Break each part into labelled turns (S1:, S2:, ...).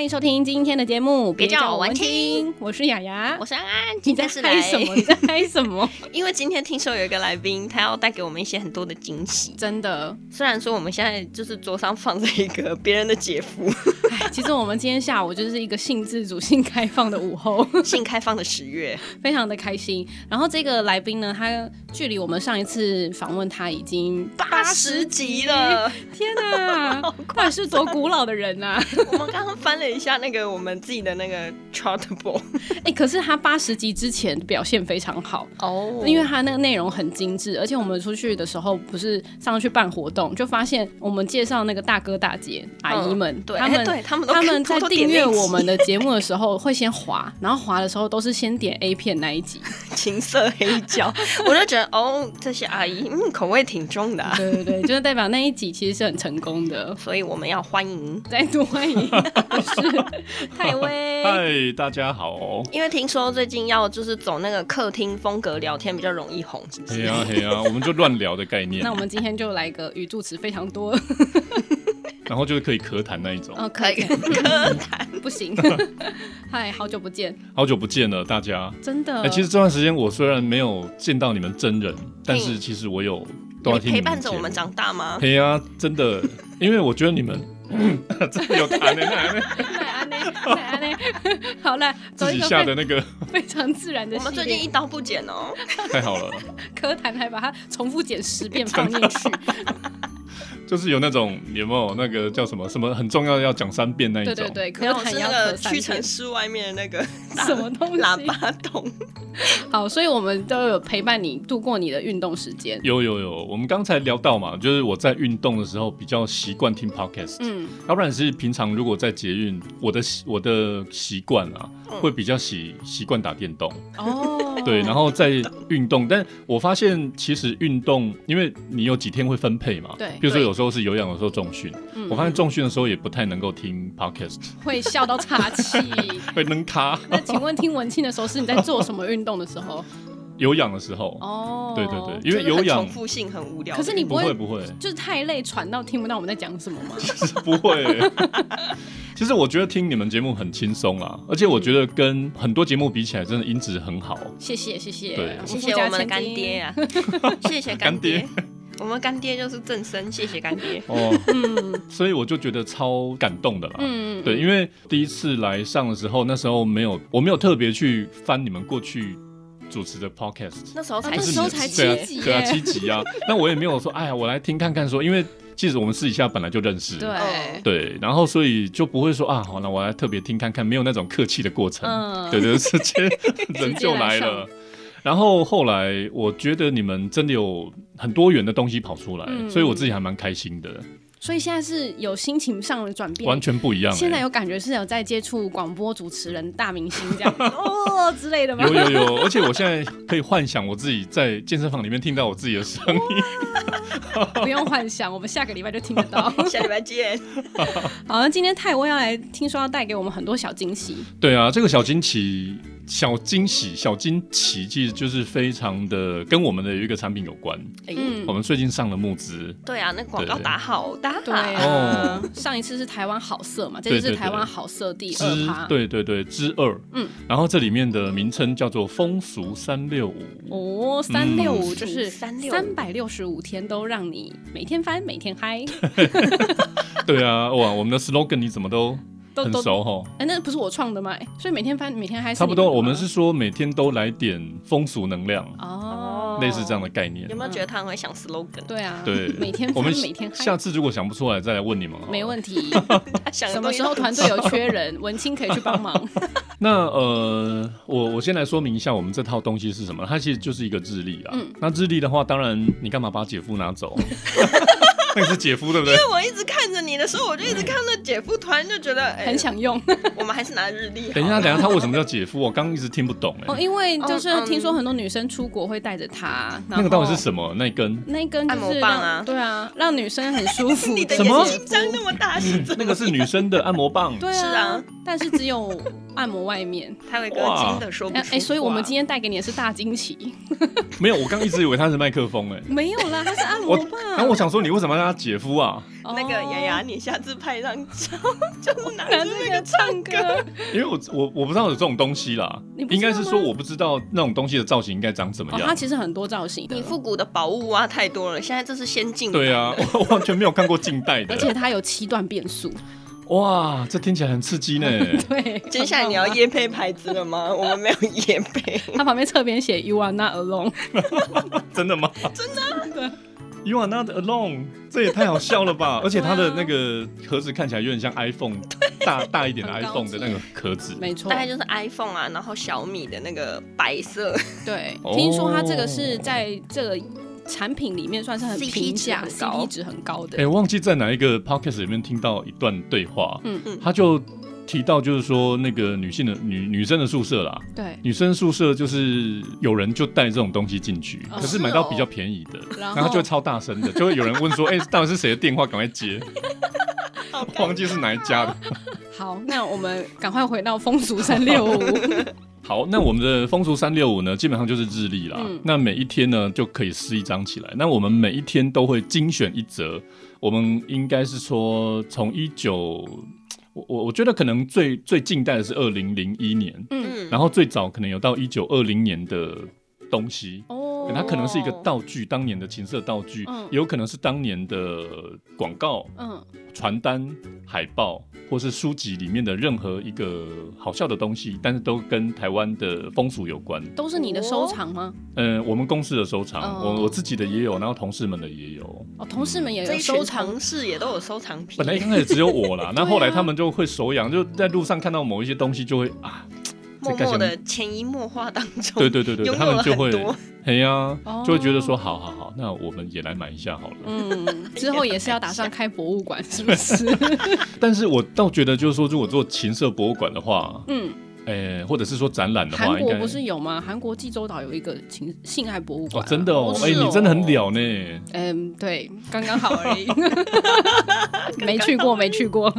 S1: 迎收听今天的节目，
S2: 别叫我文青，
S1: 我是雅雅
S2: 我。是安安，
S1: 你
S2: 今
S1: 在
S2: 天是
S1: 嗨
S2: 来
S1: 什么？你在嗨什么？
S2: 因为今天听说有一个来宾，他要带给我们一些很多的惊喜。
S1: 真的，
S2: 虽然说我们现在就是桌上放着一个别人的 姐夫，
S1: 哎其实我们今天下午就是一个性自主、性开放的午后，
S2: 性开放的十月，
S1: 非常的开心。然后这个来宾呢，他距离我们上一次访问他已经
S2: 八十集，了。
S1: 天 哪，到底是多古老的人啊！
S2: 我们刚刚翻了一下那个我们自己的那个 Chartable
S1: 哎、可是他八十集之前表现非常好，
S2: 哦
S1: 因为它那个内容很精致，而且我们出去的时候不是上去办活动，就发现我们介绍那个大哥大姐、阿姨们，
S2: 嗯对，
S1: 他
S2: 哎
S1: 们
S2: 对他们都
S1: 他们在
S2: 偷偷
S1: 订
S2: 点
S1: 阅
S2: 那一集
S1: 我们的节目的时候会先滑，然后滑的时候都是先点 A 片那一集，
S2: 情色黑胶，我就觉得哦，这些阿姨嗯口味挺重的、啊，
S1: 对对对，就是代表那一集其实是很成功的。
S2: 所以我们要欢迎。
S1: 再度欢迎 是泰威，
S3: 嗨， 大家好。
S2: 因为听说最近要就是走那个客厅风格聊天比较容易红，是不
S3: 嘿
S2: 是？
S3: 哎呀嘿呀，我们就乱聊的概念
S1: 那，我们今天就来个语助词非常多，
S3: 然后就是可以咳痰那一种。
S1: 哦，可
S2: 可以
S1: 以，
S2: 可谈。
S1: 不 行，嗨，好久不见，
S3: 好久不见了，大家。
S1: 真的，
S3: 哎，其实这段时间我虽然没有见到你们真人，但是其实我有都要
S2: 你
S3: 听
S2: 陪
S3: 你们
S2: 伴
S3: 节
S2: 着
S3: 目
S2: 我们。长大吗？
S3: 嘿呀，真的，因为我觉得你们 真的有痰的，那那
S1: 来安内，来安内， 好了，走
S3: 自
S1: 一
S3: 己
S1: 个
S3: 下的
S1: 非
S3: 那个
S1: 非常自然的
S2: 我
S1: 系
S2: 们
S1: 列。
S2: 最近一刀不剪哦，
S3: 太好了，
S1: 柯谈还把它重复剪十遍放进 去，
S3: 就是有那种有没有那个叫什么什么很重要的要讲三遍那一
S1: 对
S3: 种。
S1: 对对，柯
S2: 没有是
S1: 谈
S2: 那
S1: 要
S2: 个
S1: 咳三
S2: 屈臣
S1: 遍，
S2: 氏外面的 那个
S1: 什么东西？
S2: 喇叭筒，
S1: 好，所以我们都有陪伴你度过你的运动时间。
S3: 有有有，我们刚才聊到嘛，就是我在运动的时候比较习惯听 podcast，
S1: 嗯，
S3: 要不然是平常如果在捷运，我的习我的习惯啊，会比较习习惯打电动，
S1: 嗯哦，
S3: 对，然后在运动，但我发现其实运动，因为你有几天会分配嘛，
S1: 对
S3: 比如说
S2: 对
S3: 有时候是有氧，有时候重训，
S1: 嗯
S3: 我发现重训的时候也不太能够听 podcast，
S1: 会笑到岔 气。
S3: 会能卡
S1: 那请问听文庆的时候是你在做什么运动的时候？
S3: 有氧的时候，
S1: 哦，
S3: 对对对，，
S2: 因
S3: 因为有氧
S2: 重复性很无聊。
S1: 可是你
S3: 不
S1: 会
S3: 会不会，
S1: 就是太累，喘到听不到我们在讲什么吗？
S3: 不会 欸、其实我觉得听你们节目很轻松啦，而且我觉得跟很多节目比起来，真的音质很好。
S1: 谢谢谢谢，
S3: 对
S2: 谢
S1: 富
S2: 谢
S1: 家
S2: 我们的
S1: 千
S2: 干
S1: 金
S2: 爹。啊， 谢谢干爹
S3: 干。
S2: 我们干爹就是正生，谢谢干 爹。
S3: 哦，
S1: 嗯
S3: 所以我就觉得超感动的啦。
S1: 嗯，
S3: 对，因为第一次来上的时候，那时候没有，我没有特别去翻你们过去主持的 podcast，
S2: 那时候才
S1: 那
S3: 是
S1: 时候才
S3: 你
S1: 七
S3: 对
S1: 集
S3: 啊，对啊，
S1: 耶
S3: 七 集啊。那我也没有说，哎呀，我来听看看说，因为其实我们私底下本来就认识，
S1: 对
S2: 哦，
S3: 对然后所以就不会说啊，好，那我来特别听看看，没有那种客气的过程。
S1: 嗯
S3: 对对，直接人就来了。然后后来，我觉得你们真的有很多元的东西跑出来，
S1: 嗯
S3: 所以我自己还蛮开心的，
S1: 所以现在是有心情上的转变，
S3: 完全不一样、欸。
S1: 现在有感觉是有在接触广播主持人、大明星这样 哦之类 的吗？
S3: 有有有，而且我现在可以幻想我自己在健身房里面听到我自己的声音。
S1: 不用幻想，我们下个礼拜就听得 到。
S2: 下礼拜见。
S1: 好，那今天泰威要来，听说要带给我们很多小惊喜。
S3: 对啊，这个小惊奇、小惊喜、小惊奇，其实就是非常的跟我们的有一个产品有关。
S2: 嗯，
S3: 我们最近上了募资，
S2: 对啊，那广告
S3: 对
S2: 打好大。
S1: 对啊，上一次是台湾好色嘛，这次
S3: 对
S1: 是
S3: 对对
S1: 台湾好色第
S3: 之
S1: 二趴。
S3: 对对对之二，
S1: 嗯，
S3: 然后这里面的名称叫做风俗三六五，
S1: 哦，三六五
S2: 嗯
S1: 就是
S2: 365
S1: 三百六十五天都让你每天翻，每天 嗨，
S3: 对啊，哇，我们的 slogan 你怎么都
S1: 都
S3: 很
S1: 都
S3: 熟哈？
S1: 哎，那不是我创的吗？哎所以每天翻，每天嗨是
S3: 差不
S1: 你
S3: 多，
S1: 的吗
S3: 我们是说每天都来点风俗能量，
S1: 哦，
S3: 类似这样的概念
S2: 有。没有觉得他很会想 slogan？
S1: 对啊，
S3: 对，
S1: 每天
S3: 我
S1: 翻，
S3: 们
S1: 每天嗨
S3: 下，次如果想不出来再来问你们好了。
S1: 没问题。
S2: 他想的
S1: 什么时候
S2: 东西
S1: 团队有缺人，文青可以去帮 忙。
S3: 那呃，我我先来说明一下我们这套东西是什么。它其实就是一个日历啊。
S1: 嗯
S3: 那日历的话，当然你干嘛把姐夫拿 走？啊那个是姐夫对不对？
S2: 因为我一直看着你的时候，我就一直看到姐夫，突然就觉得，哎、
S1: 很想用
S2: 我们还是拿日历好了。
S3: 等一下，等一下，他为什么叫姐夫？我刚刚一直听不懂哎、
S1: 哦，因为就是
S2: 嗯
S1: 听说很多女生出国会带着它，
S3: 那个到底是
S1: 么？
S3: 什么？那一根？
S1: 那一根就是
S2: 按摩棒啊
S1: 让对啊，让女生很舒服。
S2: 你的
S3: 什么
S2: 眼睛张那么大是怎
S3: 那
S2: 么？
S3: 个是女生的按摩 棒。
S1: 对
S2: 是啊，
S1: 但是只有按摩外面。
S2: 他有一个
S3: 哇
S2: 金的说不
S1: 哎
S2: 出、
S1: 哎，所以我们今
S2: 天
S1: 天带给你的是大惊喜，
S3: 没有，我刚一直以为它是麦克风哎、
S1: 没有啦，它是按摩
S3: 我，
S1: 棒。
S3: 然后我想说，你为什么要啊，姐夫啊，
S2: 那个
S1: 哦
S2: 雅雅，你下次拍一张照， 就是拿着
S1: 拿这
S2: 那
S1: 个
S2: 个唱
S1: 唱
S2: 歌。
S1: 歌，
S3: 因为我我我不知道有这种东西啦
S1: 你，不知
S3: 应
S1: 道吗
S3: 该是说我不知道那种东西的造型应该长怎么
S1: 哦，
S3: 样
S1: 它。其实很多造型的
S2: 你，复古的宝物啊太多了，现在这是先进版。
S3: 对啊，我我完全没有看过近代
S1: 而
S3: 的，
S1: 且它有七段变速，
S3: 哇，这听起来很 刺激呢。
S1: 对。
S2: 接下 来你要夜配牌子了吗？ 我们没有夜配，
S1: 它旁边侧边写 “You are not alone”，
S3: 真的吗？真的。You are not alone，这也太好笑了吧！而且它的那个壳子看起来有点像 iPhone，大大一点的
S1: 很高
S3: iPhone 的
S1: 级
S3: 那个壳子。
S1: 没错
S2: 大，概就是 iPhone 啊，然后小米的那个白色
S1: 对
S3: 哦。
S1: 听说它这个是在这个产品里面算是很
S2: CP
S1: 平价、
S2: 值很高
S1: CP 值很高
S3: 哎、
S1: 的。
S3: 忘记在哪一个 podcast 里面听到一段对话，
S1: 嗯
S2: 嗯
S3: 他就提到就是说那个女性的女女生的宿舍啦，
S1: 对，
S3: 女生宿舍就是有人就带这种东西进去，
S1: 哦
S3: 可是买到比较便宜的，
S1: 然
S3: 然
S1: 后
S3: 后就会超大声的，就会有人问说，哎、到底是谁的电话？赶快 接，忘记是哪一家的。
S1: 好，那我们赶快回到风俗三 六五。
S3: 好，那我们的风俗三六五呢，基本上就是日历啦。
S1: 嗯
S3: 那每一天呢就可以撕一张起来。那我们每一天都会精选一则，我们应该是说从一九，我我我觉得可能最最近代的是二零零一年，
S1: 嗯，
S2: 嗯，
S3: 然后最早可能有到一九二零年的东西。
S1: 哦
S3: 它哎可能是一个道具，当年的情色道具，
S1: 嗯
S3: 也有可能是当年的广告、
S1: 嗯
S3: 传单、海报，或是书籍里面的任何一个好笑的东西，但是都跟台湾的风俗有关。，
S1: 都是你的收藏吗？
S3: 呃，我们公司的收藏，
S1: 哦
S3: 我我自己的也有，然后同事们的也 有。
S1: 哦，同事们也
S2: 这
S1: 有
S2: 一
S1: 收
S2: 群
S1: 藏
S2: 同事也都有收藏品
S3: 本。来一开始只有我啦，那
S1: 对啊
S3: 后来他们就会手痒，就在路上看到某一些东西就会啊，
S2: 默默的潜移默化当中，
S3: 对对对对，
S2: 拥
S3: 他
S2: 有
S3: 们
S2: 了
S3: 就会
S2: 很，多。
S3: 嘿呀、
S1: 哦
S3: 就会觉得说，好好好，那我们也来买一下好了。
S1: 嗯，之后也是要打算开博物馆，是不 是？
S3: 但是我倒觉得，就是说，如果做情色博物馆的话，
S1: 嗯，
S3: 诶、或者是说展览的
S1: 韩
S3: 话，应
S1: 国
S3: 该
S1: 不是有啊吗？韩国济州岛有一个情性爱博物
S3: 哦
S1: 馆、，啊
S3: 真的哦，
S2: 哦
S3: 哎、
S2: 是
S3: 你真的很
S2: 哦
S3: 了呢。
S1: 嗯，对，刚刚好 而已。没去过，没去过。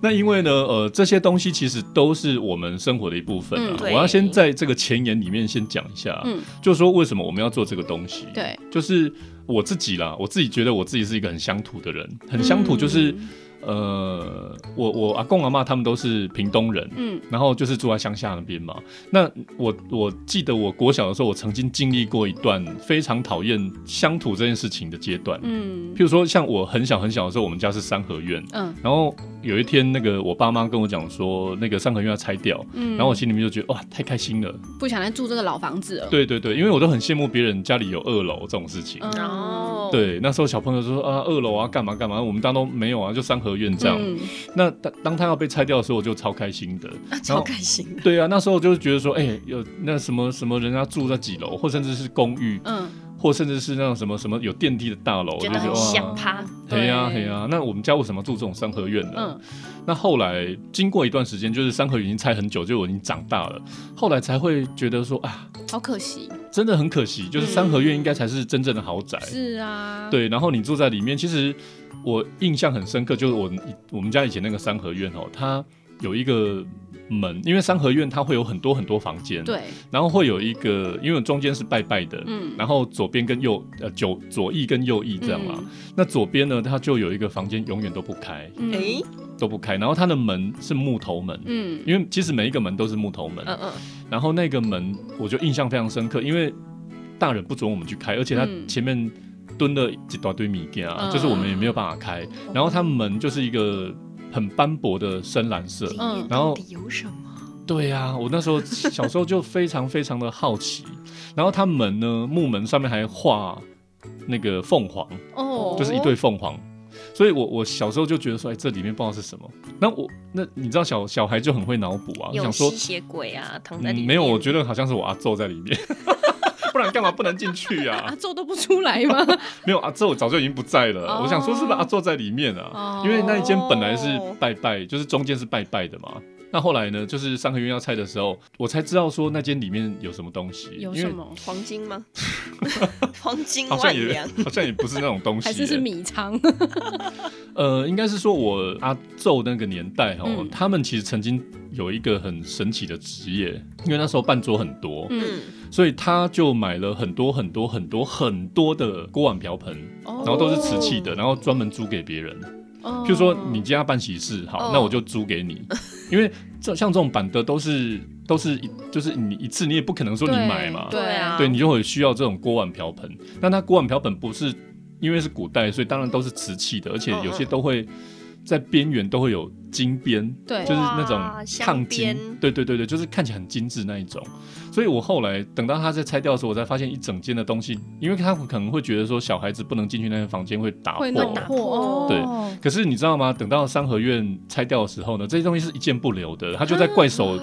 S3: 那因为呢，呃，这些东西其实都是我们生活的一部分啊
S1: 嗯。
S2: 对
S3: 我要先在这个前言里面先讲一下，啊
S1: 嗯
S3: 就是说为什么我们要做这个东西。，
S1: 对，
S3: 就是我自己啦，我自己觉得我自己是一个很乡土的人，很乡土就是、
S1: 嗯
S3: 呃，我我阿公阿妈他们都是屏东人。
S1: 嗯，
S3: 然后就是住在乡下那边嘛。那我我记得我国小的时候，我曾经经历过一段非常讨厌乡土这件事情的阶段。
S1: 嗯
S3: 譬如说，像我很小很小的时候，我们家是三合院，
S1: 嗯
S3: 然后有一天，那个我爸妈跟我讲说，那个三合院要拆掉，
S1: 嗯，
S3: 然后我心里面就觉得哇，太开心了。
S1: 不想再住这个老房子了。
S3: 对对对，因为我都很羡慕别人家里有二楼这种事情。
S1: 嗯
S2: 然后，
S3: 对，那时候小朋友就说啊，二楼啊，干嘛干嘛，我们当都没有啊，就三合院这样。
S1: 嗯
S3: 那当当他要被拆掉的时候，我就超开心的。
S2: 超开心的。
S3: 对啊，那时候就是觉得说，哎、有那什么什么人家住在几楼，或甚至是公寓，
S1: 嗯，
S3: 或甚至是那种什么什么有电梯的大楼，我就
S2: 觉得
S3: 觉得
S2: 很
S3: 哇
S2: 想，趴。
S3: 嘿呀
S1: 对
S3: 嘿呀，那我们家为什么要住这种三合院呢？
S1: 嗯
S3: 那后来经过一段时间，就是三合院已经拆很久，就我已经长大了，后来才会觉得说啊，
S1: 好可惜。
S3: 真的很可惜，就是三合院应该才是真正的豪宅。
S1: 是啊，，
S3: 哎对，然后你住在里面，其实我印象很深刻，就是我我们家以前那个三合院哦，它有一个门，因为三合院它会有很多很多房间，，
S1: 对，
S3: 然后会有一个，因为中间是拜拜的。
S1: 嗯，
S3: 然后左边跟右呃左左翼跟右翼这样嘛，啊那左边呢，它就有一个房间永远都不开，
S1: 嗯，
S2: 哎，
S3: 都不开，然后它的门是木头门，
S1: 嗯，
S3: 因为其实每一个门都是木头门，
S2: 嗯嗯，
S3: 然后那个门我就印象非常深刻，因为大人不准我们去开，而且他
S1: 嗯
S3: 前面蹲了一大堆米件
S1: 嗯
S3: 啊，就是我们也没有办法开。然后它门就是一个很斑驳的深蓝色。
S2: 里
S1: 嗯
S2: 面到底有什么？
S3: 对呀、我那时候小时候就非常非常的好奇。然后它门呢，木门上面还画那个凤凰，
S1: 哦，
S3: 就是一对凤凰。所以我，我小时候就觉得说，哎，这里面不知道是什么。那我那你知道小小孩就很会脑补啊，就
S2: 有
S3: 想说
S2: 吸血鬼啊，躺在里
S3: 嗯，
S2: 面。
S3: 没有，我觉得好像是我阿宙在里面， 不然干嘛不能进去
S1: 啊，
S3: 啊？
S1: 做都不出来吗？
S3: 没有阿宙早就已经不在了，
S1: 哦
S3: 我想说是不是阿宙在里面啊？
S1: 哦
S3: 因为那一间本来是拜拜，就是中间是拜拜的嘛，那后来呢，就是上个月要猜的时候，我才知道说那间里面有什么东西，
S1: 有
S3: 因
S1: 什
S3: 为啊
S1: 么？
S2: 黄金 吗？黄金
S3: 好像
S2: 万
S3: 也
S2: 两
S3: 好像也不是那种东西、
S1: 还是是
S3: 欸
S1: 米仓？
S3: 呃，应该是说我阿昼那个年代哦，
S1: 嗯
S3: 他们其实曾经有一个很神奇的职业，因为那时候办桌很多，
S1: 嗯，
S2: 嗯，
S3: 所以他就买了很多很多很多很多的锅碗瓢盆，
S1: 然
S3: 然后都是瓷器的，然后专门租给别人。
S1: 哦，
S3: 譬如说你家办喜事，好，
S2: 哦
S3: 那我就租给你，因为这像这种板的都是都是一就是你一次你也不可能说你
S1: 对
S3: 买嘛，
S1: 对
S2: 对啊
S3: 对，你就会需要这种锅碗瓢盆。那它锅碗瓢盆不是因为是古代，所以当然都是瓷器的，而且有些都会在边缘都会有金边，
S1: 对
S3: 就是那
S2: 哇
S3: 种
S2: 镶
S3: 烫金
S2: 边，
S3: 对对对对，就是看起来很精致那一种。所以我后来等到他在拆掉的时候，我才发现一整间的东西，因为他可能会觉得说小孩子不能进去那间房间会打
S1: 会
S3: 破。
S1: 弄
S2: 打
S1: 破
S2: 破
S1: 哦，
S3: 可是你知道吗？等到三合院拆掉的时候呢，这些东西是一件不留的，他就在怪手
S2: 哦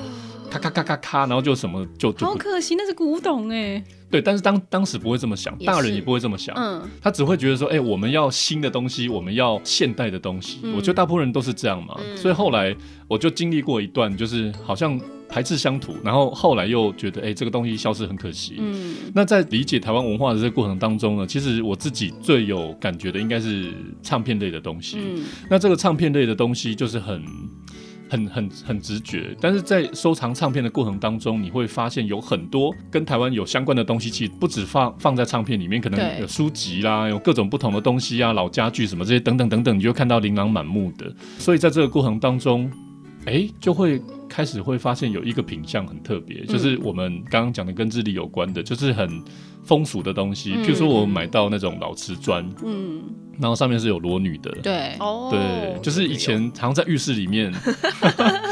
S3: 咔咔咔咔咔，然后就什么就就
S1: 啊好
S3: 不
S1: 可惜，那是古董哎，
S3: 对。但是当当时不会这么想，
S2: 也
S3: 大人
S2: 是
S3: 也不会这么想。
S1: 嗯，
S3: 他只会觉得说，哎、我们要新的东西，我们要现代的东西。
S1: 嗯
S3: 我觉得大部分人都是这样嘛，
S2: 嗯
S3: 所以后来我就经历过一段，就是好像排斥乡土，然后后来又觉得，哎、这个东西消失很可惜。
S1: 嗯，
S3: 那在理解台湾文化的这个过程当中呢，其实我自己最有感觉的应该是唱片类的东西。
S1: 嗯，
S3: 那这个唱片类的东西就是很。很很很直觉，但是在收藏唱片的过程当中，你会发现有很多跟台湾有相关的东西，其实不止放放在唱片里面，可能
S1: 对
S3: 有书籍啦，有各种不同的东西啊，老家具什么这些等等等等，你就看到琳琅满目的。所以在这个过程当中，哎、就会开始会发现有一个品相很特别，
S1: 嗯
S3: 就是我们刚刚讲的跟智力有关的，就是很风俗的东西，
S1: 嗯
S3: 譬如说我买到那种老瓷砖，
S1: 嗯，
S3: 然后上面是有裸女的，
S1: 对，
S2: 哦，
S3: 对，就是以前常在浴室里面，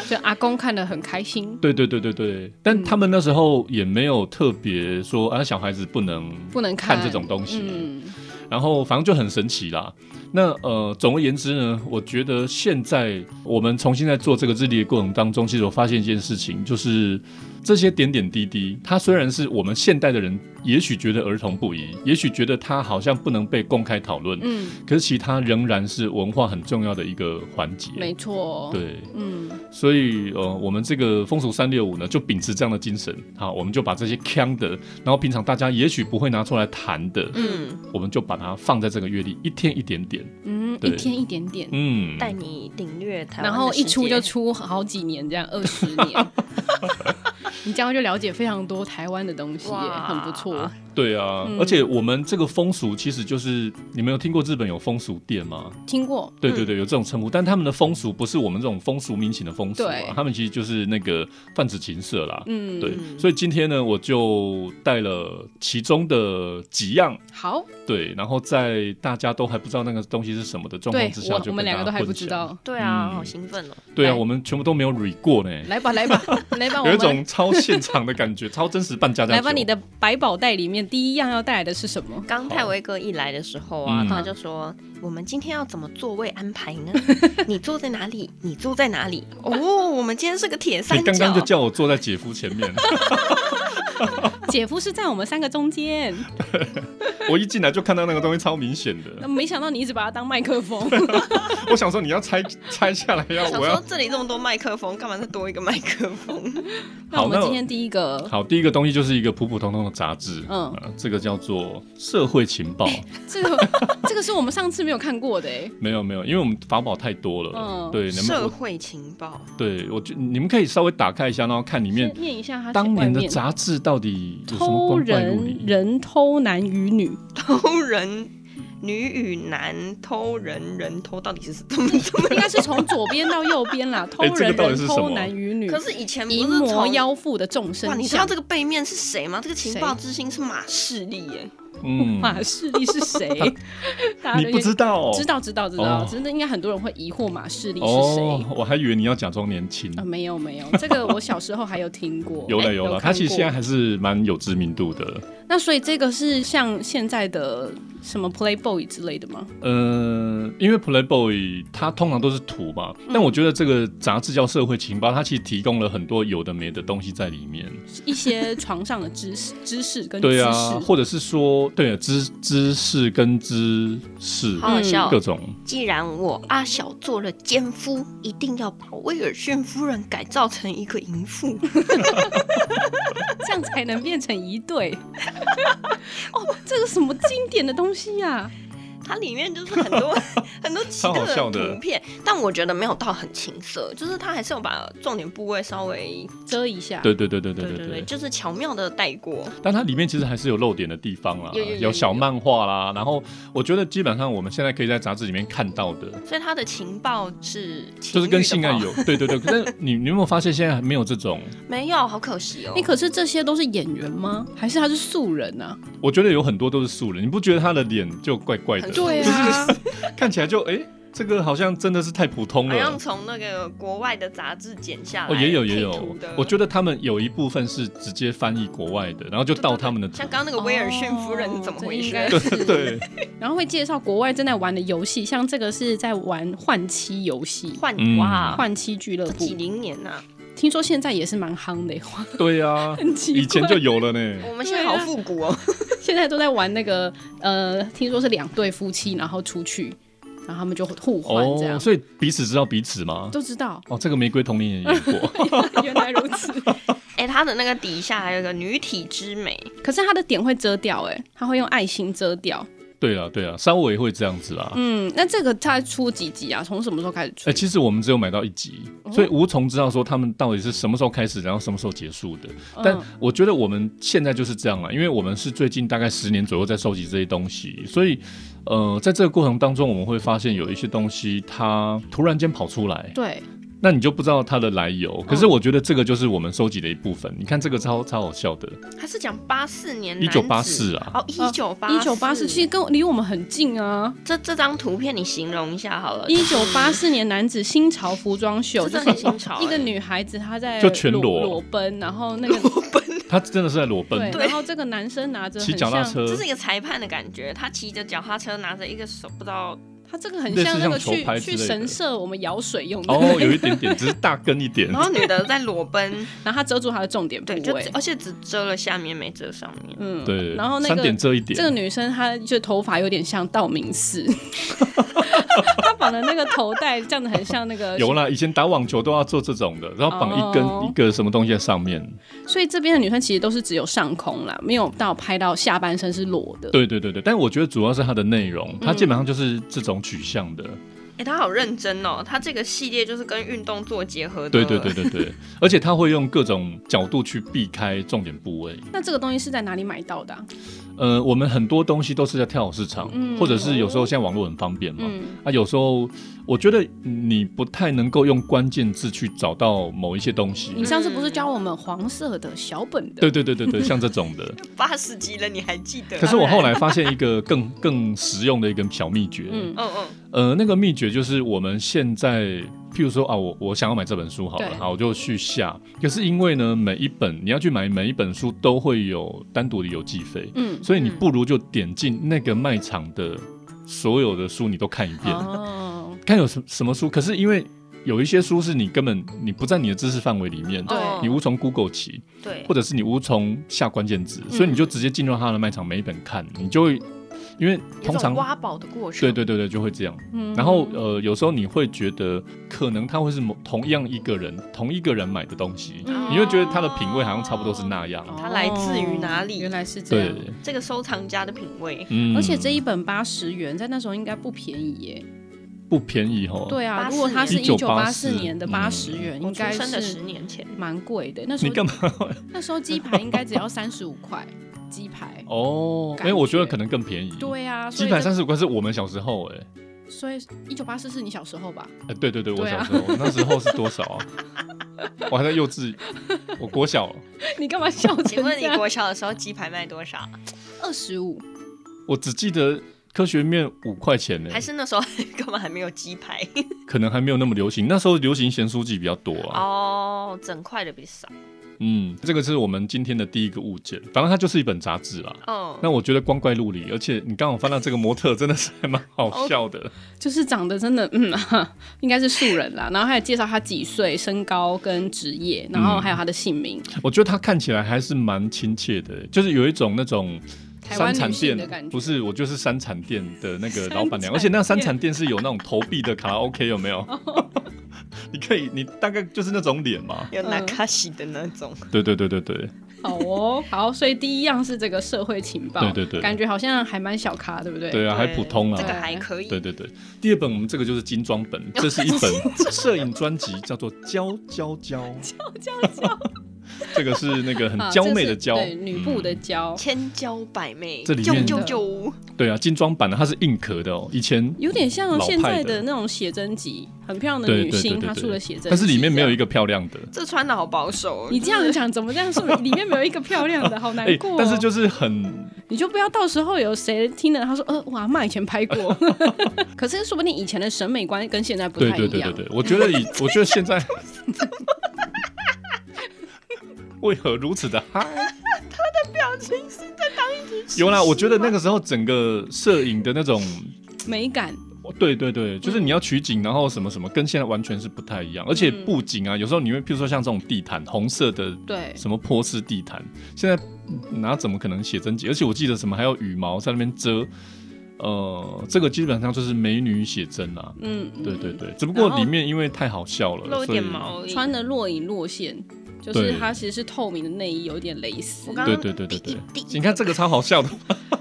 S1: 就阿公看得很开心，
S3: 对对对对
S1: 嗯
S3: 对， 但他们那时候也没有特别说啊，小孩子不能
S1: 不能
S3: 看这种东西，
S1: 嗯，
S3: 然后反正就很神奇啦。那呃，总而言之呢，我觉得现在我们重新在做这个日历的过程当中，其实我发现一件事情，就是这些点点滴滴，它虽然是我们现代的人也许觉得儿童不宜，也许觉得它好像不能被公开讨论，
S1: 嗯，
S3: 可是其实它仍然是文化很重要的一个环节。
S1: 没错，，
S3: 对，
S1: 嗯，
S3: 所以呃，我们这个风俗三六五呢，就秉持这样的精神，好，我们就把这些腔的，然后平常大家也许不会拿出来谈的，
S2: 嗯，
S3: 我们就把它放在这个月历，一天一点点，
S1: 嗯，
S3: 对
S1: 一天一点点，
S3: 嗯，
S2: 带你领略台湾的世界，
S1: 然后一出就出好几年，这样二十 年。你这样就了解非常多台湾的东西耶，
S2: 哇
S1: 很不错。
S3: 对啊，
S1: 嗯
S3: 而且我们这个风俗其实就是，你们有听过日本有风俗店吗？
S1: 听过，
S3: 对对对，有这种称呼，但他们的风俗不是我们这种风俗民情的风俗啊
S1: 对，
S3: 他们其实就是那个泛指情色啦。
S1: 嗯，
S3: 对，
S2: 嗯
S3: 所以今天呢，我就带了其中的几样
S1: 好，
S3: 对，然后在大家都还不知道那个东西是什么的状况
S1: 对
S3: 之下，
S1: 我
S3: 就
S1: 我们
S3: 跟
S1: 两个都
S3: 大家
S1: 还不
S3: 分
S1: 知
S3: 享。
S1: 道，
S2: 对啊，
S3: 嗯
S2: 好兴奋哦，
S3: 对啊，
S1: 来
S3: 我们全部都没有 re 过呢，
S1: 来吧， 来吧，来吧，我
S3: 有一
S1: 们
S3: 种超现场的感觉，超真实扮家家
S1: 来吧，
S3: 酒
S1: 你的百宝袋里面第一样要带来的是什么？
S2: 刚泰维哥一来的时候啊
S3: 嗯，
S2: 他就说：“我们今天要怎么座位安排 呢？你坐在哪里？你坐在哪里？”哦，我们今天是个铁三
S3: 你
S2: 角。
S3: 刚刚就叫我坐在姐夫前面，
S1: 姐夫是在我们三个中间，
S3: 我一进来就看到那个东西超明显
S1: 那
S3: 的，
S1: 没想到你一直把它当麦克风。
S3: 我想说你要拆拆下来要
S2: 想说
S3: 我要
S2: 这里这么多麦克风，干嘛再多一个麦克风？
S1: 那我
S3: 好那
S1: 们今天第一个，
S3: 好，第一个东西就是一个普普通通的杂志，嗯
S1: 嗯、
S3: 这个叫做社会情报，
S1: 这个这个是我们上次没有看过的哎，
S3: 没有没有，因为我们法宝太多了，
S1: 嗯
S3: 对，你们
S2: 社
S3: 我
S2: 会情报，
S3: 对我就你们可以稍微打开一下，然后看里面
S1: 先念一下它
S3: 当年
S1: 外
S3: 的
S1: 面
S3: 杂志到底有什么
S1: 偷
S3: 光怪陆
S1: 人
S3: 离？
S1: 人偷男与女，
S2: 偷人女与男，偷人人偷，到底是怎么怎么？
S1: 应该是从左边到右边 啦，偷
S3: 哎这个
S1: 人
S3: 到底
S1: 人
S3: 是什
S1: 偷
S3: 么
S1: 男与女
S2: 可，是以前不
S1: 淫
S2: 是
S1: 魔
S2: 从
S1: 妖妇的众生
S2: 哇，你知道
S1: 相。
S2: 这个背面是谁吗？这个情报之星是马士利耶，
S3: 嗯
S1: 马士利是 谁？大家
S3: 你
S1: 都
S3: 不知道、哦？
S1: 知道知道知道，
S3: 哦
S1: 只是应该很多人会疑惑马士利是谁
S3: 哦，我还以为你要假装年轻。，
S1: 啊？没有没有，这个我小时候还有听过
S3: 有了
S1: 哎
S3: 有了，
S1: 看
S3: 他其实
S1: 过
S3: 现在还是蛮有知名度的。
S1: 那所以这个是像现在的什么 Playboy 之类的吗？
S3: 呃，因为 Playboy 它通常都是图嘛，但我觉得这个杂志叫《社会情报》，它其实提供了很多有的没的东西在里面。
S1: 一些床上的知识、知识跟知
S3: 对
S1: 识，
S3: 啊，或者是说，对啊，知知识跟知识
S2: 好好笑哦
S3: 各。种，
S2: 既然我阿小做了奸夫，一定要把威尔逊夫人改造成一个淫 妇。
S1: 这样才能变成一对。 哦，这个什么经典的东西呀、
S2: 它里面就是很多 很多奇特
S3: 超好笑的
S2: 图片，但我觉得没有到很情色，就是它还是有把重点部位稍微
S1: 遮一下。
S3: 对对对对对
S2: 对
S3: 对
S2: 对对，
S3: 对。
S2: 就是巧妙的带过。
S3: 但它里面其实还是有漏点的地方啦
S2: 有有有，
S3: 有小漫画啦，然后我觉得基本上我们现在可以在杂志里面看到的，
S2: 所以他的情报是情欲
S3: 就是
S2: 嗯的
S3: 跟性爱
S2: 报
S3: 有，对对对。可是你你有没有发现现在没有这种？
S2: 没有，好可惜哦。
S1: 哎、可是这些都是演员吗？还是他是素人啊？
S3: 我觉得有很多都是素人，你不觉得他的脸就怪怪的
S2: 很？对
S1: 啊，
S3: 看起来就哎、诶这个好像真的是太普通
S2: 好像
S3: 了。
S2: 从那个国外的杂志剪下来，
S3: 哦，也有也
S2: 配图
S3: 有
S2: 的，
S3: 我觉得他们有一部分是直接翻译国外的，然后就盗他们的图
S2: 像。刚刚那个威尔逊夫人是怎么回
S1: 哦
S2: 事？
S1: 这应该是
S3: 对，
S1: 然后会介绍国外正在玩的游戏，像这个是在玩换妻游戏，
S2: 换
S3: 嗯
S2: 哇，
S1: 换妻俱乐
S2: 这
S1: 部
S2: 几。零年呐、
S1: 听说现在也是蛮夯的，哇
S3: 对啊，
S1: 很奇怪。
S3: 以前就有了呢。
S2: 我们现在好复古
S3: 啊
S2: 哦。
S1: 现在都在玩那个呃，听说是两对夫妻，然后出去，然后他们就互换这样。
S3: 哦，所以彼此知道彼此吗？，
S1: 都知道
S3: 哦，这个玫瑰童年也演过。
S1: 原来如此。
S2: 哎、他的那个底下还有一个女体之美，
S1: 可是它的点会遮掉、哎，它会用爱心遮掉。
S3: 对啊，对啊，稍微会这样子啦。
S1: 嗯，那这个它出几集啊？从什么时候开始出？
S3: 哎、其实我们只有买到一集，
S1: 哦
S3: 所以无从知道说他们到底是什么时候开始，然后什么时候结束的。但
S1: 嗯
S3: 我觉得我们现在就是这样啊了，因为我们是最近大概十年左右在收集这些东西，所以呃，在这个过程当中，我们会发现有一些东西它突然间跑出来，
S1: 对，
S3: 那你就不知道它的来由。可是我觉得这个就是我们收集的一部分。你看这个超超好 笑的，
S2: 他是讲八四年
S3: 一
S2: 男
S3: 九
S2: 子，
S3: 八四啊，
S2: 哦，一九八
S1: 一九八四，其实跟离我们很近啊。
S2: 这这张图片你形容一下好了。
S1: 一九八四年男子新潮服装秀，
S2: 这
S1: 就
S2: 真的很
S1: 是
S2: 新潮、欸
S1: 一个女孩子她在
S3: 就全裸
S1: 裸奔，然后那 个
S3: 他真的是在裸奔
S1: 对，，然后这个男生拿着
S3: 骑
S1: 很
S3: 脚踏
S1: 像，
S3: 车
S2: 这。是一个裁判的感觉，他骑着脚踏车，拿着一个手不知道
S1: 他这个很
S3: 类似
S1: 那
S3: 像
S1: 个
S3: 球
S1: 去
S3: 拍之
S1: 去
S3: 类的
S1: 神社我们舀水用的，
S3: 哦，有一点点，只是大根一点
S2: 然。后女的在裸 奔，
S1: 然后他遮住他的重点部
S2: 对，就
S3: 欸
S1: 位，
S2: 而且只遮了下面，没遮上面。
S1: 嗯，
S3: 对，
S1: 然后那
S3: 三
S1: 个
S3: 点这一点，
S1: 这个女生她就头发有点像道明 寺，她绑的那个头带这样子很像那个，
S3: 有啦，以前打网球都要做这种的，然后绑一根、
S1: 哦
S3: 一个什么东西在上面。
S1: 所以这边的女生其实都是只有上空啦，没有到拍到下半身是裸的。
S3: 对对对对，但我觉得主要是它的内
S1: 嗯
S3: 容，它基本上就是这种取向的。
S2: 哎、他好认真哦，他这个系列就是跟运动做结合的。
S3: 对对对，对 对，而且它会用各种角度去避开重点部位。
S1: 那这个东西是在哪里买到的啊、
S3: 呃，我们很多东西都是在跳蚤市场，或者是有时候现在网络很方便嘛。
S1: 嗯，
S3: 啊，有时候我觉得你不太能够用关键字去找到某一些东西。
S1: 你上次不是教我们黄色的小本的？
S3: 对对对对对，像这 种的。
S2: 八十集了，你还记得？
S3: 可是我后来发现一个更更实用的一个小秘诀，
S1: 嗯，
S2: 嗯嗯，
S3: 呃，那个秘诀就是我们现在，譬如说啊，我我想要买这本书好了
S1: 对，
S3: 好，我就去下。可是因为呢，每一本你要去买每一本书都会有单独的邮寄费，
S1: 嗯，
S3: 所以你不如就点进那个卖场的所有的书，你都看一遍，
S2: 嗯
S1: 哦，
S3: 看有什什么书。可是因为有一些书是你根本你不在你的知识范围里
S2: 哦
S3: 面，
S1: 对
S3: 你无从 Google 起，
S2: 对
S3: 或，者是你无从下关键
S2: 嗯
S3: 字，所以你就直接进入他的卖场，每一本看，你就会因为
S2: 有
S3: 通
S2: 种
S3: 常
S2: 挖宝的过程。
S3: 对对对对，就会这样。
S1: 嗯
S3: 然后呃，有时候你会觉得，可能他会是某同样一个人，同一个人买的东西，
S1: 嗯
S3: 你会觉得他的品味好像差不多是那样。
S2: 哦它来自于哪里
S1: 哦原来是这
S3: 对
S1: 样。，
S2: 这个收藏家的品味，
S3: 嗯
S1: 而且这一本八十元，在那时候应该不便宜耶。
S3: 不便宜哦。，
S1: 对啊，
S2: 84
S1: 如果它是一
S3: 年
S1: 九八四年的
S3: 嗯
S1: 八十元，
S2: 我
S1: 应
S2: 出
S1: 该
S2: 生的十
S1: 是
S2: 年 前，
S1: 蛮贵的。那时
S3: 你
S1: 候
S3: 干嘛？
S1: 那时候鸡排应该只要三十五块，鸡排。
S3: 哦，
S1: 感
S3: 哎，我觉得
S1: 觉
S3: 可能更便宜。，
S1: 对啊，所
S3: 鸡
S1: 以
S3: 排
S1: 这
S3: 三十五块是我们小时候哎。
S1: 所以一九八四是你小时候吧？
S3: 哎，对对对，我
S1: 对啊
S3: 小时候那时候是多少啊？ 我还在幼稚，我国小，
S1: 你干嘛笑成
S2: 请问
S1: 这
S2: 你
S1: 样？
S2: 国小的时候鸡排卖多少？
S1: 二十五，
S3: 我只记得科学面五块钱欸呢
S2: 还，是那时候根本还没有鸡 排？
S1: 哦
S3: 可能还没有那么流行。那时候流行咸酥鸡比较多啊。
S2: 哦，整块的比较少。
S3: 嗯，这个是我们今天的第一个物件，反正它就是一本杂志啦。
S2: 哦，
S3: 那我觉得光怪陆离，而且你刚好翻到这个模特，真的是还蛮好笑的。
S1: 就是长得真的，嗯， 应该是素人啦。然后还有介绍他几岁、身高跟职业，然
S3: 嗯
S1: 后还有他的姓名，
S3: 我觉得他看起来还是蛮亲切的，就是有一种那种
S1: 台
S3: 山
S1: 湾
S3: 产
S1: 女性
S3: 店
S1: 的感觉。
S3: 不是我就是山产店的那个
S1: 山
S3: 老板娘，而且那个山产店是有那种投币的卡拉 OK，有 没有？你可以，你大概就是那种脸嘛。
S2: 有
S1: 嗯
S2: 纳卡西的那种，
S3: 对对对对对，
S1: 好哦，好，所以第一样是这个社会情报，
S3: 对对对
S1: 感觉好像还蛮小咖，对不对？
S3: 对啊，还
S2: 对
S3: 普通啊
S2: 这。个还可以。
S3: 对对对，第二本我们这个就是精装 本，这是一本摄影专辑，叫做《娇娇娇》。这个是那个很
S1: 啊
S3: 娇媚
S1: 这
S3: 的
S1: 是
S3: 娇，嗯
S1: 对，女部的娇，
S2: 千娇百媚，
S3: 这里
S2: 救
S3: 面
S2: 救救！
S3: 嗯对啊，精装版的，它是硬壳的哦。以前
S1: 有点像现在
S3: 老派的
S1: 的那种写真集，很漂亮的
S3: 对
S1: 女
S3: 对对
S1: 星，
S3: 对
S1: 她出
S3: 对
S1: 了写真集，
S3: 但是里面没有一
S1: 个。
S3: 个漂亮的，
S2: 这穿的好保守哦，
S1: 你这样讲怎么这样说？里面没有一个漂亮 的，好难
S3: 哎
S1: 过、哦。
S3: 但是就是很
S1: 你就不要到时候有谁听了他说，呃，我阿妈以前拍过， 可是说不定以前的审美观跟现在不太
S3: 对
S1: 一样。
S3: 对对对对，我觉 得以我觉得现在 为何如此的嗨？他的表情是在当一有啦，我觉得那个时候整个摄影的那种，
S1: 美感
S3: 对对对，就是你要取景，然后什么什么，跟现在完全是不太一样。而且
S2: 嗯
S3: 布景啊，有时候你会，譬如说像这种地毯，红色的
S1: 对，
S3: 什么坡式地毯，现在哪怎么可能写真集？而且我记得什么还有羽毛在那边遮，呃，这个基本上就是美女写真啊。
S1: 嗯，嗯
S3: 对对，对，只不过里面因为太好笑了，
S2: 露一点
S3: 所以
S2: 毛而已。
S1: 穿的若隐若现，就
S3: 对
S1: 是它其实是透明的内衣，有一点蕾丝
S2: 我，刚
S3: 对
S2: 刚
S3: 对对对对
S2: 第一，
S3: 你看这个超好笑的，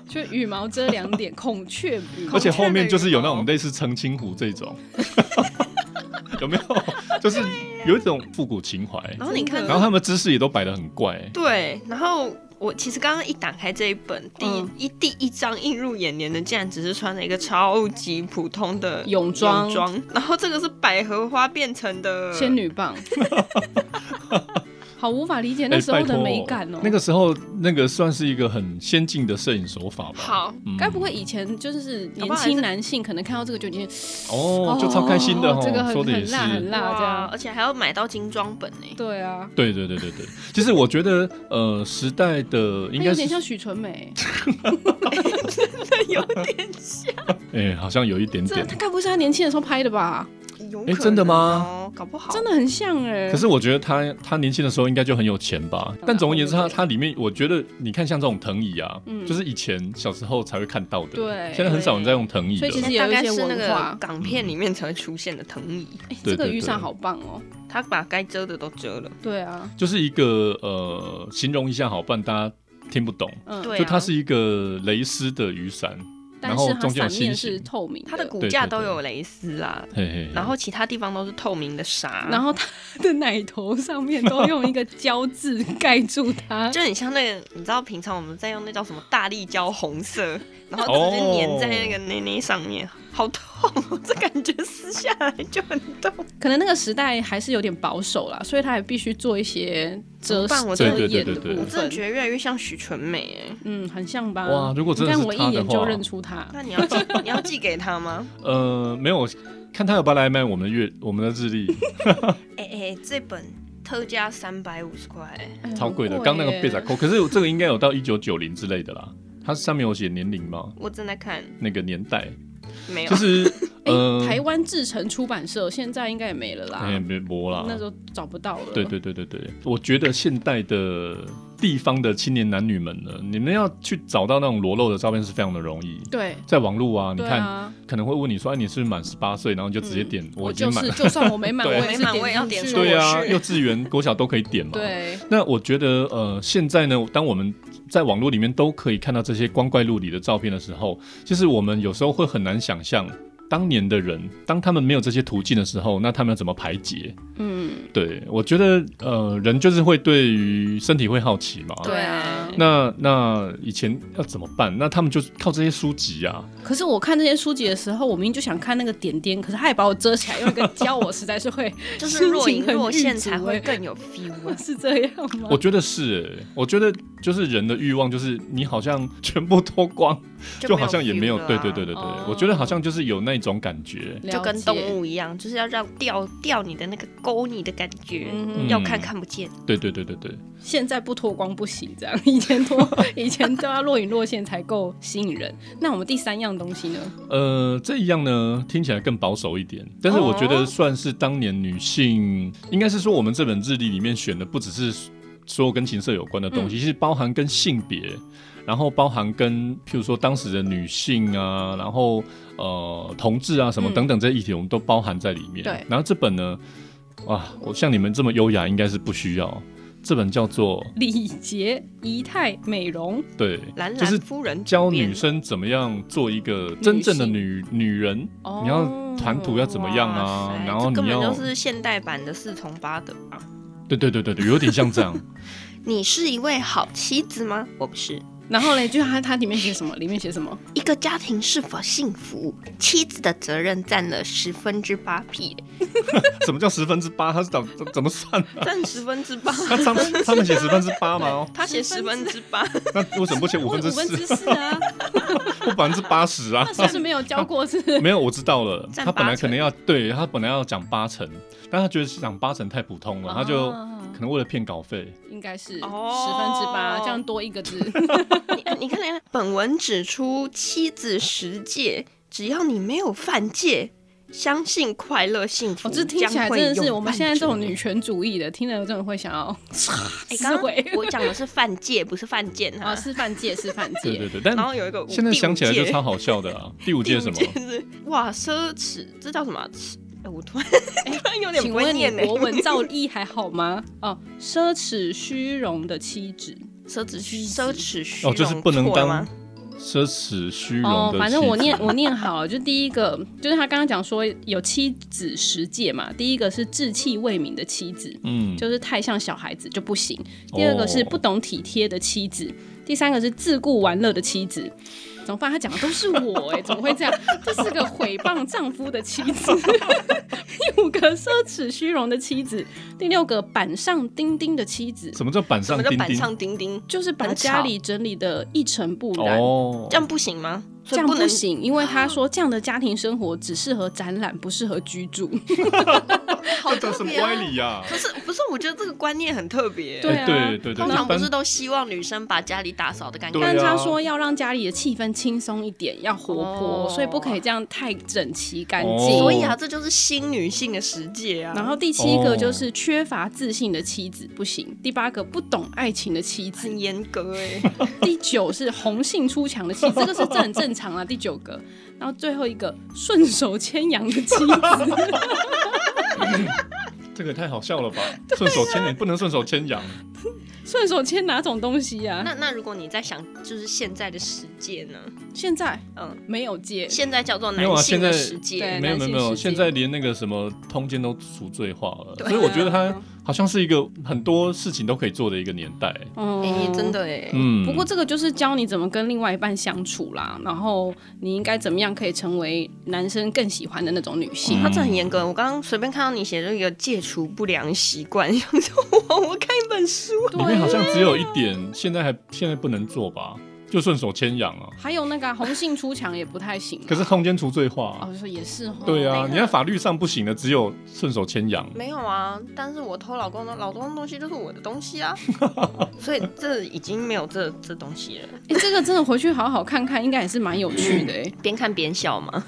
S1: 就羽毛遮两点，孔雀羽毛
S3: 而且后面就是有那种类似澄清湖 这种，有没有？就是有一种复古情怀，
S2: 然后你看，
S1: 真
S3: 然后他们姿势也都摆得很怪。
S2: 对，然后我其实刚刚一打开这一本，第一、
S1: 嗯
S2: 一第一张映入眼帘的，竟然只是穿了一个超级普通的
S1: 泳装
S2: 装，然后这个是百合花变成的
S1: 仙，女 棒，好无法理解
S3: 哎
S1: 那时候
S3: 拜
S1: 的
S3: 托
S1: 美感哦。
S3: 那个时候那个算是一个很先进的摄影手法吧。
S2: 好
S3: 嗯
S1: 该不会以前就是
S2: 搞
S1: 年
S2: 不好还是
S1: 轻男性可能看到这个就已经
S3: 哦，就超开心的
S1: 哦
S3: 哦，
S1: 这个很
S3: 说的也
S1: 很
S3: 是。
S1: 辣很辣这
S2: 哇，
S1: 样，
S2: 而且还要买到精装本呢、
S1: 对啊，
S3: 对对对对对，其实我觉得呃，时代的应
S1: 它
S3: 该
S1: 有
S3: 是
S1: 点像许纯 美，
S2: 有点像，
S3: 哎、好像有一点
S1: 这
S3: 点
S1: 他。该不会是他年轻的时候拍的吧？
S2: 有可
S3: 哎
S2: 能、
S3: 真的
S2: 吗？搞不好
S1: 真的很像哎、
S3: 可是我觉得他他年轻的时候应该就很有钱吧。但总而言之，他
S1: 对
S3: 他里面我觉得你看像这种藤椅啊，
S1: 嗯
S3: 就是以前小时候才会看到的，
S1: 对欸
S3: 现在很少人在用藤椅
S1: 所以其
S3: 了。
S1: 实
S2: 大
S1: 有一
S2: 概
S1: 些
S2: 是那
S1: 文
S2: 个
S1: 化
S2: 港片里面才会出现的藤椅，
S1: 哎
S3: 对
S1: 这个
S3: 对
S1: 雨伞
S3: 对
S1: 好棒哦。
S2: 他把该遮的都遮了。
S1: 对啊，
S3: 就是一个呃，形容一下好，不然大家听不懂。
S1: 嗯，
S2: 对啊
S3: 就它是一个蕾丝的雨伞，然
S1: 但
S3: 后
S1: 是它
S3: 中间有
S1: 伞面
S3: 心
S1: 是
S3: 形，
S1: 透明的，
S2: 它的骨
S3: 对
S2: 架
S3: 对
S2: 都
S3: 对
S2: 有蕾丝啊，
S3: 嘿嘿嘿，
S2: 然后其他地方都是透明的纱，
S1: 然后它 的奶头上面都用一 个胶质盖住它，
S2: 就很像那个，你知道平常我们在用那叫什么大力胶红色，然后直接
S3: 哦
S2: 粘在那个内内上面，好痛、哦，这感觉撕下来就很痛。
S1: 可能那个时代还是有点保守啦，所以它还必须做一些遮
S2: 怎么办我
S1: 遮
S2: 真的
S1: 掩的
S3: 对对对对
S1: 部
S2: 我真的觉
S1: 分。
S2: 得越来越像许纯美哎，
S1: 嗯，很像吧？
S3: 哇如果真的
S1: 你
S3: 是
S1: 看我
S3: 它的
S1: 一眼就
S3: 话
S1: 认出它，
S2: 那你要寄你要寄给他吗？
S3: 呃，没有看他有把来卖我们的月我们的日历，
S2: 哎、哎、这本特价三百五十块，欸
S1: 哎呦
S3: 超贵 的，
S1: 很
S3: 刚那个
S1: 耶
S3: 贝仔扣，可是这个应该有到一九九零之类的啦。它上面有写年龄吗？
S2: 我正在看，
S3: 那个年代
S2: 没有
S3: 就。 是
S1: 哎
S3: 呃，
S1: 台湾制成出版社现在应该也没了
S3: 哎
S1: 啦，
S3: 没播啦。
S1: 那时候找不到了。
S3: 对对对对对，我觉得现代的地方的青年男女们呢，你们要去找到那种裸露的照片是非常的容易，
S1: 对
S3: 在网络啊，你
S1: 对
S3: 看、
S1: 啊，
S3: 可能会问你说，哎，你是不是满十八岁？然后你就直接
S1: 嗯
S3: 点，
S1: 我
S3: 已经
S1: 就
S3: 满
S1: 是，
S3: 了。
S1: 就算我没 满，
S3: 对
S1: 我也
S2: 没
S1: 是
S2: 满我也要
S1: 点
S2: 点
S1: 进去
S2: 出
S3: 对啊，
S2: 我是
S3: 幼稚园、国小都可以点嘛。。
S1: 对，
S3: 那我觉得，呃，现在呢，当我们在网络里面都可以看到这些光怪陆离的照片的时候，其实我们有时候会很难想象，当年的人，当他们没有这些途径的时候，那他们要怎么排解？
S1: 嗯，
S3: 对我觉得，呃，人就是会对于身体会好奇嘛。
S2: 嗯
S1: 对啊。
S2: 哦
S3: 那那以前要怎么办？那他们就靠这些书籍啊，
S1: 可是我看这些书籍的时候，我明明就想看那个点点，可是他也把我遮起来，用一个胶，我实在是 会
S2: 就是若隐若现
S1: 心情
S2: 才
S1: 很郁
S2: 会
S1: 卒。
S2: 更有 feel 啊
S1: 是这样吗
S3: 我？觉得是、欸，我觉得就是人的欲望，就是你好像全部脱光，就
S2: 没有
S3: 好像也没有，
S2: feel 了啊
S3: 对对对对对，
S1: 哦
S3: 我觉得好像就是有那那种感觉。
S1: 了
S2: 就跟
S1: 解
S2: 动物一样，就是要让掉掉你的那个勾你的感觉，
S1: 嗯
S2: 要看看不见。
S3: 对对对对对，
S1: 现在不脱光不行，这样以前脱 以前都要若隐若现才够吸引人。那我们第三样东西呢？
S3: 呃，这一样呢听起来更保守一点，但是我觉得
S2: 哦
S3: 算是当年女性，应该是说我们这本日历里面选的不只是所有跟情色有关的东西，其实包含跟性别，然后包含跟譬如说当时的女性啊，然后呃同志啊什么
S1: 嗯
S3: 等等这些议题，我们都包含在里面。
S1: 对
S3: 然后这本呢，哇，我像你们这么优雅，应该是不需要。这本叫做
S1: 礼节、仪态、美容，
S3: 对，
S2: 兰
S3: 就是
S2: 兰夫人
S3: 教
S2: 编
S3: 女生怎么样做一个真正的
S1: 女
S3: 女女人。
S1: 哦
S3: 你要谈吐要怎么样啊
S2: 哦哇塞
S3: 然后
S2: 这根
S3: 你
S2: 本
S3: 要
S2: 就是现代版的四重八德啊！
S3: 对对对对对，有点像这样。
S2: 你是一位好妻子吗？我不是。
S1: 然后嘞，就是它它里面写什么？里面写什么？
S2: 一个家庭是否幸福，妻子的责任占了十分之八屁，
S3: 什么叫十分之八？他是怎怎怎么算的、
S2: 占十分之八。
S3: 他他们他们写十分之八吗？哦
S2: 他写十分之八，
S3: 那为什么不 写五分之
S1: 五分之
S3: 四？
S1: 四啊，
S3: 或百分之八十啊
S1: 那？是不是没有教过？是不是？
S3: 没有，我知道了。
S2: 占
S3: 他本来
S2: 八成
S3: 可能要对他本来要讲八成，但他觉得讲八成太普通了，他就
S1: 啊
S3: 可能为了骗稿费。
S1: 应该是十分
S2: 哦
S1: 之八，这样多一个字。
S2: 你你看看，本文指出妻子十戒，只要你没有犯戒，相信快乐幸福
S1: 我、哦这听
S2: 将
S1: 起来
S2: 会
S1: 真的是
S2: 永
S1: 我们
S2: 伴
S1: 现在这种
S2: 着你
S1: 女权主义的，听了真的会想要
S2: 哎，
S1: 撕
S2: 刚刚
S1: 毁。
S2: 我讲的是犯戒，不是犯贱哈
S1: 啊，。是犯戒，是犯
S3: 对对
S1: 戒。
S3: 对，但
S2: 然后有一个五
S3: 现在想起来就超好笑的啊！第五
S2: 第
S3: 届
S2: 五
S3: 什么
S2: 戒？是哇，奢侈，这叫什么啊？侈哎，我突然 突然有点
S1: 请
S2: 不会
S1: 问你
S2: 念呢。
S1: 国文造诣还好吗？哦，奢侈虚荣的妻子。
S2: 奢侈虚奢侈虚
S3: 哦，就是不能
S2: 荣错了
S3: 当
S2: 吗？
S3: 奢侈虚荣
S1: 哦
S3: 的妻子。，
S1: 反正我念我念好了，就第一个就是他刚刚讲说有妻子十戒嘛，第一个是稚气未泯的妻子，
S3: 嗯，
S1: 就是太像小孩子就不行；第二个
S3: 哦
S1: 是不懂体贴的妻子；第三个是自顾玩乐的妻子。怎么办？他讲的都是我哎、 怎么会这样？这是个毁谤丈夫的妻子。 第五个奢侈虚荣的妻子，第六个板上钉钉的妻子，
S3: 什么叫板
S2: 什
S3: 上
S2: 么叫
S3: 钉
S2: 板
S3: 钉？
S2: 上钉钉？
S1: 就是把
S2: 很
S1: 家
S2: 吵
S1: 里整理的一尘不染。
S3: 哦，
S2: 这样不行吗？
S1: 这
S2: 所以
S1: 样
S2: 不
S1: 不
S2: 能
S1: 行，因为他说这样的家庭生活只适合展览，不适合居住。
S2: 好
S3: 这
S2: 特
S3: 什么
S2: 别
S3: 歪
S2: 啊。
S3: 理呀、啊？
S2: 不是不是，我觉得这个观念很特别。
S1: 对啊
S3: 哎对对对，
S2: 通
S3: 一
S2: 常不
S3: 般
S2: 是都希望女生把家里打扫的干净
S3: 对啊
S1: 但他说要让家里的气氛轻松一点，要活泼，
S2: 哦
S1: 所以不可以这样太整齐干
S3: 哦
S1: 净。
S2: 所以啊，这就是新女性的世界啊。
S1: 然后第七个就是缺乏自信的妻子不行，第八个不懂爱情的妻子
S2: 很，严 格哦哎、
S1: 第九是红杏出墙的妻子，这个是这很正常啊。第九个，然后最后一个顺手牵羊的妻 子，
S3: 这个也太好笑 了吧？顺手牵羊不能顺手牵羊，
S1: 顺手牵哪种东西啊？
S2: 那那如果你在想，就是现在的世界呢？
S1: 现在
S2: 嗯，
S1: 没有戒，
S2: 现在叫做
S3: 没有啊
S2: 男性的
S3: 现在
S2: 世
S1: 对
S2: 界，
S3: 没有没有没
S1: 男性
S3: 有，
S1: 世界
S3: 现在连那个什么通奸都除罪化了，
S2: 对
S3: 所以我觉得它
S1: 啊
S3: 好像是一个很多事情都可以做的一个年代。
S1: 嗯
S2: 哎、真。的哎、
S3: 嗯，
S1: 不过这个就是教你怎么跟另外一半相处啦，然后你应该怎么样可以成为男生更喜欢的那种女性。
S2: 他这很严
S3: 嗯
S2: 格，我刚刚随便看到你写这个戒除不良习惯， 想说我我看一本书，
S3: 嗯
S1: 啊
S3: 里面好像只有一点，现在还现在不能做吧？就顺手牵羊啊，
S1: 还有那个啊、红杏出墙也不太行啊。
S3: 可是通奸除罪化、啊
S1: 哦，说也是哈。
S3: 对
S2: 那
S3: 啊，
S2: 个
S3: 你看法律上不行的，只有顺手牵羊。
S2: 没有啊，但是我偷老公的，老公的东西就是我的东西 啊，所以这已经没有这这东西了，
S1: 哎、这个真的回去好好看看，应该也是蛮有趣的哎、
S3: 嗯
S2: 边看边笑嘛。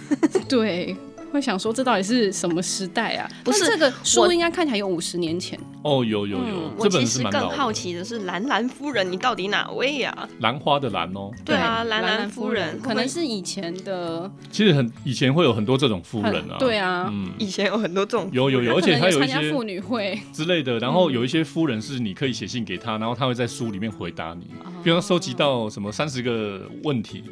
S1: 对，会想说这到底是什么时代啊？
S2: 不是
S1: 但这个书应该看起来有五十年前。
S3: 哦，有有有，
S1: 嗯
S2: 我
S3: 这本
S2: 其
S3: 是
S2: 实
S3: 蛮
S2: 更
S3: 老
S2: 好
S3: 的，
S2: 奇的是，兰兰夫人，你到底哪位啊？
S3: 兰花的兰哦。
S2: 对啊，兰
S1: 兰
S2: 兰夫人，
S1: 可能是以前的
S3: 其实很以前会有很多这种夫
S1: 很
S3: 人啊，
S1: 对啊，
S3: 嗯，
S2: 以前有很多这种
S3: 有有有，而且
S1: 可能
S3: 他有
S1: 参
S3: 一
S1: 加
S3: 些
S1: 妇女会。
S3: 之类的，然后有一些夫人是你可以写信给他，然后他会在书里面回答你，
S1: 哦
S3: 比方说收集到什么三十个问题，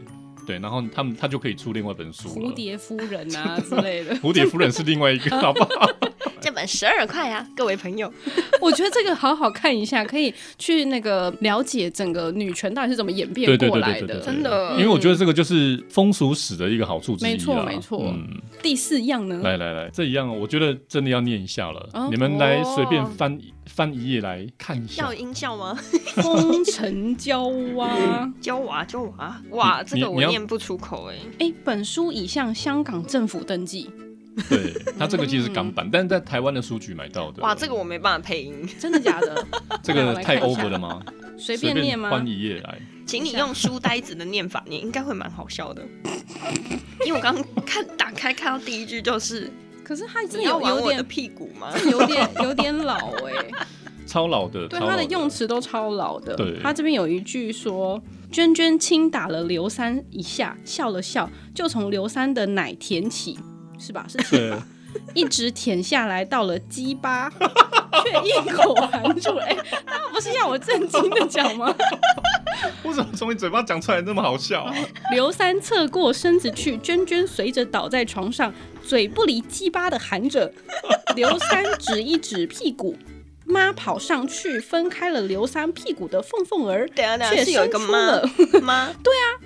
S3: 对，然后他们他就可以出另外一本书
S1: 蝴
S3: 了。，
S1: 蝶夫人啊之类的
S3: 蝴蝶夫人是另外一个，好不好？
S2: 这本十二块啊，各位朋友，
S1: 我觉得这个好好看一下，可以去那个了解整个女权到底是怎么演变
S3: 对对
S1: 过
S3: 对
S1: 来
S3: 对对对，
S1: 的。
S3: 对
S2: 真的嗯
S3: 因为我觉得这个就是风俗史的一个好处之一啦啊
S1: 没错没错
S3: 嗯，
S1: 第四样呢，
S3: 来来来，这一样我觉得真的要念一下了，
S1: 哦
S3: 你们来随便翻翻一页来看一下
S2: 要有。音效吗？
S1: 风尘娇蛙。
S2: 教娃教娃，哇，
S3: 你
S2: 这个
S3: 你
S2: 我
S3: 要
S2: 念不出口哎、
S1: 哎，本书已向香港政府登记，
S3: 对，它这个其实是港版，但是在台湾的书局买到的。
S2: 哇，这个我没办法配音，
S1: 真的假的？
S3: 这
S1: 那我
S3: 个
S1: 来
S3: 太
S1: 看一下
S3: over 了吗？
S1: 随
S3: 随
S1: 便念
S3: 便
S1: 吗？
S3: 翻一页来。
S2: 请你用书呆子的念法念，应该会蛮好笑的。 因为我刚刚看打开看到第一句就是
S1: 可是它真的
S2: 你要
S1: 有
S2: 玩
S1: 有
S2: 我的
S1: 点
S2: 屁股吗？
S1: 有点有点老 哎、
S3: 超老的，
S1: 对，
S3: 超
S1: 它
S3: 老
S1: 的
S3: 的
S1: 用词都超老的。
S3: 对
S1: 它这边有一句说：“娟娟轻打了刘三一下，笑了笑，就从刘三的奶舔起，是吧？是舔
S3: 对
S1: 吧？一直舔下来到了鸡巴， 却一口含住。哎、那不是要我震惊的讲吗？
S3: 为什么从你嘴巴讲出来那么好笑啊？
S1: 刘三侧过身子去，娟娟随着倒在床上，嘴不离鸡巴的含着。刘三指一指屁股，妈跑上去分开了刘三屁股的缝缝儿，
S2: 对啊，对啊，
S1: 却
S2: 是有一
S1: 伸
S2: 个
S1: 出了。
S2: 妈 妈，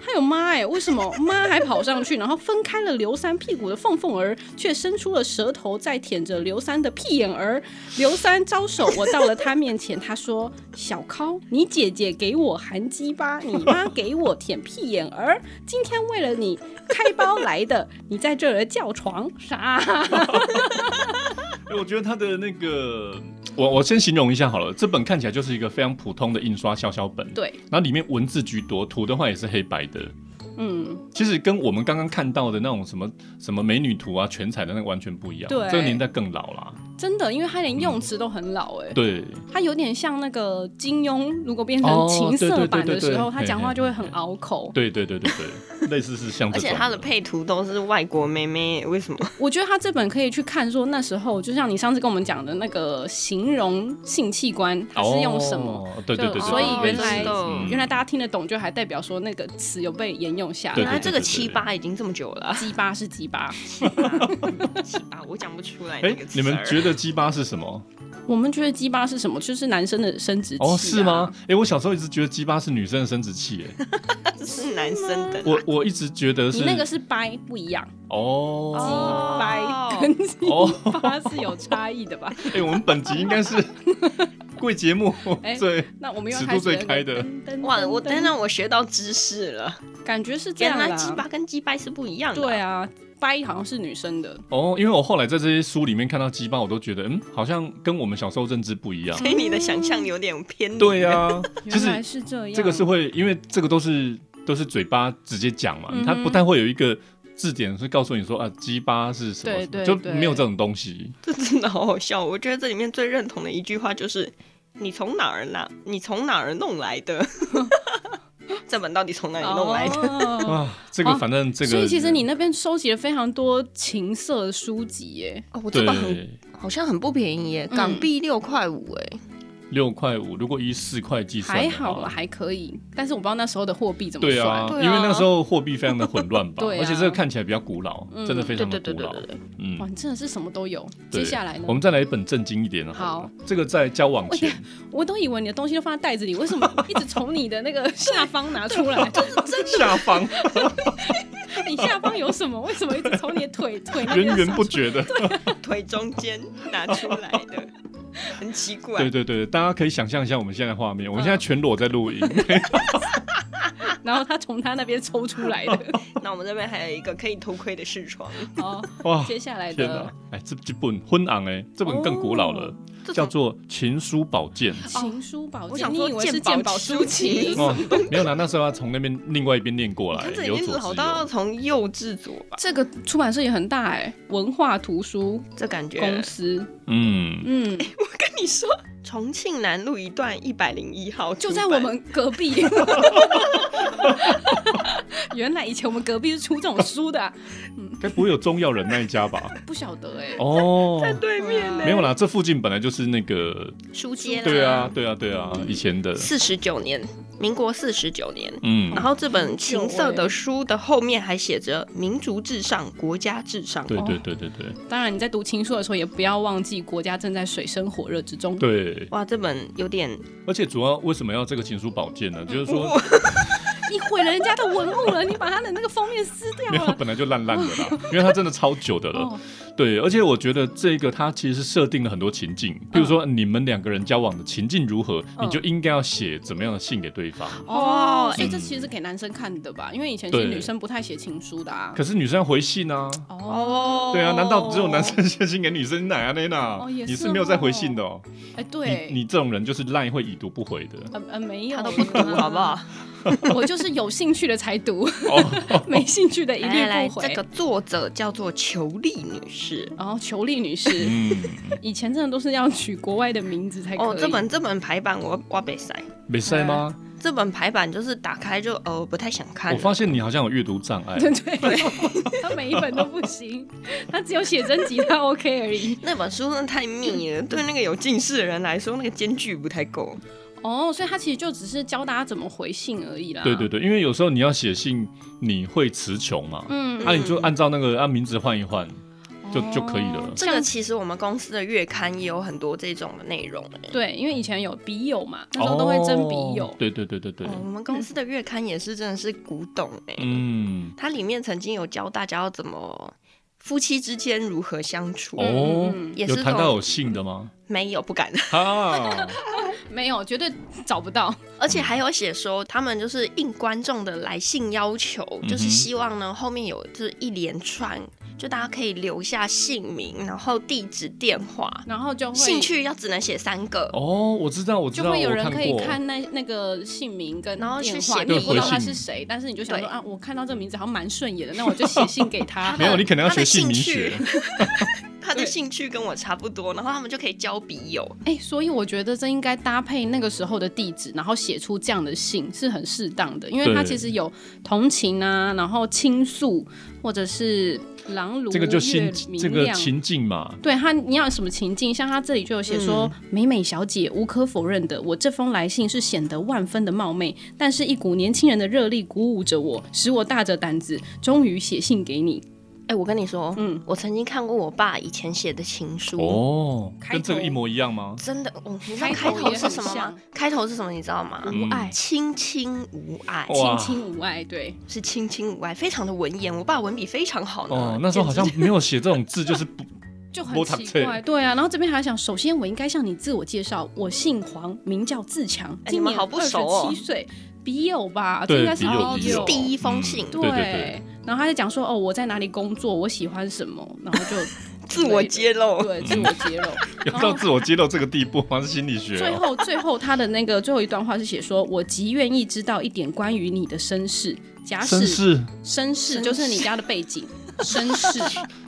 S1: 还有妈哎、为什么妈还跑上去，然后分开了刘三屁股的缝缝儿，却伸出了舌头在舔着刘三的屁眼儿。刘三招手，我到了他面前，他说：“小康，你姐姐给我含鸡巴，你妈给我舔屁眼儿。今天为了你开包来的，你在这儿叫床啥？
S3: 我觉得他的那个，我我先形容一下好了，这本看起来就是一个非常普通的印刷小小本，
S1: 对，
S3: 然后里面文字居多，图的话也是黑白的。
S1: 嗯，
S3: 其实跟我们刚刚看到的那种什么什么美女图啊、全彩的那个完全不一样，
S1: 对
S3: 这个年代更老啦。
S1: 真的，因为他连用词都很老哎、
S3: 对，
S1: 他有点像那个金庸，如果变成
S3: 哦
S1: 情
S3: 对
S1: 色
S3: 对
S1: 版
S3: 对
S1: 的
S3: 对
S1: 时候，
S3: 对
S1: 他讲话就会很
S3: 嘿嘿
S1: 拗口。
S3: 对对对对对，类似是像
S2: 而
S3: 这种，
S2: 且它的配图都是外国妹妹，为什么？
S1: 我觉得他这本可以去看，说那时候就像你上次跟我们讲的那个形容性器官，它是用什么？
S3: 哦？对对对对，
S1: 就所以
S3: 对
S1: 原
S3: 类似
S1: 来
S3: 嗯
S1: 原来大家听得懂，就还代表说那个词有被沿用下
S3: 对
S2: 原
S1: 来。
S2: 来这个
S3: 对对
S2: 七八已经这么久了啊，
S1: 鸡巴是鸡巴，
S2: 七八我讲不出来
S3: 哎、
S2: 那个词儿。
S3: 你们觉得鸡巴是什么？
S1: 我们觉得鸡巴是什么？就是男生的生殖器、啊。
S3: 哦，是吗？？哎、我小时候一直觉得鸡巴是女生的生殖器，哎，
S2: 这是男生的啦？
S3: 我 我一直觉得是
S1: 你那个是掰不一样，
S3: 哦
S1: 掰
S2: 哦
S1: 跟鸡
S3: 哦，
S1: 巴是有差异的 吧？
S3: 哎、我们本集应 该是贵节目
S1: 哎
S3: 最、
S1: 那我们又
S3: 尺度
S1: 开始
S3: 最
S1: 那个
S3: 开的
S1: 噔噔
S2: 哇，
S1: 噔
S2: 我
S1: 噔
S2: 真让我学到知识了。
S1: 感觉是这
S2: 原
S1: 样
S2: 来
S1: 啦。
S2: 鸡巴跟鸡掰是不一样的。
S1: 对，啊，掰好像是女生的。
S3: 哦，因为我后来在这些书里面看到鸡巴，我都觉得嗯，好像跟我们小时候认知不一样。
S2: 所以你的想象有点偏离。
S3: 对啊，就
S1: 原来
S3: 是
S1: 是这样。
S3: 这个是会，因为这个都是都是嘴巴直接讲嘛，
S1: 嗯哼
S3: 它不太会有一个字典是告诉你说啊，鸡巴是什么
S1: 对
S3: 什么
S1: 对
S3: 就
S1: 对
S3: 没有这种东西。
S2: 这 真的好好笑。我觉得这里面最认同的一句话就是：“你从哪儿拿？你从哪儿弄来的？” 这本到底从哪里弄来的？
S1: 哦
S3: 啊，这个
S1: 哦
S3: 反正这个，
S1: 所以其实你那边收集了非常多情色的书籍耶，
S2: 哦，我
S3: 对
S2: 这本很好像很不便宜耶，
S1: 嗯
S2: 港币六块五哎。
S3: 六块五，如果以四块计算
S1: 还
S3: 的话，
S1: 好啦，还可以。但是我不知道那时候的货币怎么
S3: 啊对
S1: 算。
S3: 啊，
S2: 对啊
S3: 因为那时候货币非常的混乱吧，
S1: 对啊
S3: 而且这个看起来比较古老，
S1: 嗯
S3: 真的非
S2: 对
S3: 常的
S2: 对
S3: 古
S2: 对对
S3: 老。
S2: 对对，
S3: 嗯
S1: 哇，，你真的是什么都有。
S3: 对
S1: 哦接下来呢
S3: 我？们再来一本正经一点的，
S1: 好
S3: 了，这个在交往前，
S1: 我都以为你的东西都放在袋子里，为什 么一直从你的那个下方拿出来？
S3: 啊下 方
S1: 你下方有什么？为什么一直从你的腿腿那
S3: 源
S1: 边
S3: 源
S1: 上
S3: 不绝的。
S2: 腿中间拿出来的，很奇怪。嗯
S3: 对对对，大家可以想象一下我们现在的画面，我们现在全裸在录 音，
S1: 然后他从他那边抽出来的？
S2: 那我们这边还有一个可以偷窥的视窗，
S1: 哦，
S3: 哇，
S1: 接下来
S3: 天哪
S1: 的！
S3: 哎，这这本昏昂哎，这本更古老 了，
S2: 哦这
S3: 叫
S2: 种
S3: 做《情书宝剑》。
S1: 情书宝
S2: 哦我
S1: 剑，
S2: 想
S1: 你
S2: 说
S1: 以为是
S2: 鉴宝
S1: 鉴宝
S2: 书
S1: 书籍？
S2: 籍
S3: 哦，没有啦，那时候要从那边另外一边念过来
S2: 看，这
S3: 有
S2: 已经
S3: 左
S2: 老
S3: 之
S2: 到
S3: 右。
S2: 从右至左吧，
S1: 这个出版社也很大哎，文化图书
S2: 这感觉。
S1: 公司。
S3: 嗯，
S1: 嗯，
S2: 跟你说，重庆南路一段一百零一号，
S1: 就在我们隔壁。 原来以前我们隔壁是出这种书的啊、
S3: 该不会有中药人那一家吧？
S1: 不晓得哎、
S3: 哦，
S2: 在对面呢、
S3: 没有啦，这附近本来就是那个，
S2: 书街啦。
S3: 对啊，，对啊，对啊，
S2: 嗯
S3: 以前的，
S2: 四十九年，民国四十九年。
S3: 嗯，
S2: 然后这本情色
S1: 有欸
S2: 的书的后面还写着“民族至上，国家至上”。
S3: 对对对对对
S1: 当然，你在读情书的时候，也不要忘记国家正在水深火热之中。
S3: 对，
S2: 哇，这本有点
S3: 而且主要为什么要这个情书宝剑呢？就是 说，
S2: 啊
S1: 你毁了人家的文物了，你把他的那个封面撕掉
S3: 没有，
S1: 了。
S3: 本来就烂烂的啦，因为它真的超久的了
S1: 哦。，
S3: 对，而且我觉得这个它其实设定了很多情境，比如说你们两个人交往的情境如何，
S1: 嗯
S3: 你就应该要写怎么样的信给对方。
S1: 哦
S2: 哦，
S1: 所以
S3: 嗯
S1: 这其实是给男生看的吧？因为以前是
S3: 对
S1: 女生不太写情书的啊。
S3: 可是女生要回信啊，
S1: 哦，
S2: 哦。
S3: 对啊，难道只有男？生写信给女生奶啊那娜
S1: 哦？也是
S3: 你是没有在回信的哦，
S1: 哎，对，
S3: 你你这种人就是赖会已读不回 的。
S1: 呃呃没有，
S2: 他都不 读，好不好？？
S1: 我就是有兴趣的才读，
S3: 哦，
S1: 没兴趣的一律
S2: 来来来，
S1: 不回。
S2: 这个作者叫做裘丽女士。
S1: 然后裘丽女士，
S3: 嗯，
S1: 以前真的都是要取国外的名字才可以。
S2: 哦，这本这本排版我我北塞，
S3: 没塞吗？
S2: 这本排版就是打开就呃不太想看
S3: 我
S2: 了。
S3: 发现你好像有阅读障碍。
S1: 对对对，他每一本都不行，他只有写真集他 OK 而已。
S2: 那本书真的太密了，对那个有近视的人来说，那个间距不太够。
S1: 哦，所以他其实就只是教大家怎么回信而已啦。
S3: 对对对，因为有时候你要写信，你会词穷嘛，
S1: 嗯，
S3: 啊，你就按照那个按名字换一换，就就可以了
S1: 哦。
S2: 这个其实我们公司的月刊也有很多这种的内容、欸。
S1: 对，因为以前有笔友嘛，那时候都会征笔友
S3: 哦。对对对对对
S2: 哦，，我们
S1: 嗯
S2: 公司的月刊也是真的是古董哎、
S3: 嗯，
S2: 它里面曾经有教大家要怎么夫妻之间如何相处，
S3: 哦，
S1: 嗯
S2: 也
S3: 有
S2: 是
S3: 谈
S2: 从
S3: 到有信 的吗？
S2: 没有不敢，
S3: 啊，
S1: 没有，绝对找不到。
S2: 而且还有写说他们就是应观众的来信要求，
S3: 嗯哼
S2: 就是希望呢后面有就是一连串，就大家可以留下姓名，然后地址、电话。
S1: 然后就会
S2: 兴趣要只能写三个，
S3: 哦，我知道，我知
S1: 就
S3: 道，
S1: 会有
S3: 我
S1: 人可以
S3: 过。
S1: 看那那个姓名跟
S2: 然后去
S1: 电
S2: 写
S1: 话，你也不知道
S3: 对
S1: 他
S3: 回
S1: 是
S3: 信
S1: 谁，但是你就想说
S2: 对。
S1: 啊，我看到这个名字好像蛮顺眼的，那我就写信给他
S3: 没有，你可能要
S2: 他的
S3: 学姓
S2: 兴趣
S3: 名学。
S2: 他的
S1: 对
S2: 兴趣跟我差不多，然后他们就可以交笔友。
S1: 哎、所以我觉得这应该搭配那个时候的地址，然后写出这样的信是很适当的，因为
S3: 对
S1: 它其实有同情啊，然后倾诉，或者是狼如
S3: 这个就
S1: 月
S3: 心这
S1: 明
S3: 个
S1: 亮。
S3: 情境嘛，
S1: 对他，你要有什么情境？像他这里就有写说，美美小姐无可否认的，我这封来信是显得万分的冒昧，但是一股年轻人的热力鼓舞着我，使我大着胆子，终于写信给你。
S2: 哎、我跟你说，
S1: 嗯
S2: 嗯，我曾经看过我爸以前写的情书，
S3: 哦，
S1: 开
S3: 跟这个
S1: 头啊
S3: 一模一 样吗？
S2: 真的，哦，你知道
S1: 开
S2: 开
S1: 头
S2: 头
S1: 也
S2: 是
S1: 很
S2: 什么吗
S1: 像？
S2: 开头是什么？你知道吗？
S3: 嗯
S1: 无爱，
S2: 清清无爱，
S3: 哇
S1: 亲亲无爱，对，
S2: 是清清无爱，非常的文言。我爸文笔非常好呢。
S3: 哦，那时候好像
S2: 简直
S3: 没有写这种字，就是 不
S1: 就很
S3: 没读
S1: 奇怪。
S3: 册
S1: 对啊，然后这边还想，首先我应该向你自我介绍，我姓黄，名叫自强，
S2: 哎
S1: 今
S2: 你们
S1: 年
S2: 好不
S1: 二十
S2: 熟哦
S1: 七岁，笔友吧，
S3: 对
S1: 这应该是
S3: 笔友
S1: 好
S3: 笔友
S2: 是第一封信，
S3: 哦嗯对对对
S1: 然后他就讲说，哦，我在哪里工作，我喜欢什么，然后就
S2: 自我揭露。
S1: 对自我揭露。
S3: 有到自我揭露这个地步吗？是心理学
S1: 最
S3: 哦。
S1: 后，最后他的那个最后一段话是写说，我极愿意知道一点关于你的身世。假
S3: 绅
S1: 使
S3: 士
S1: 身世就是你家的背 景，身世。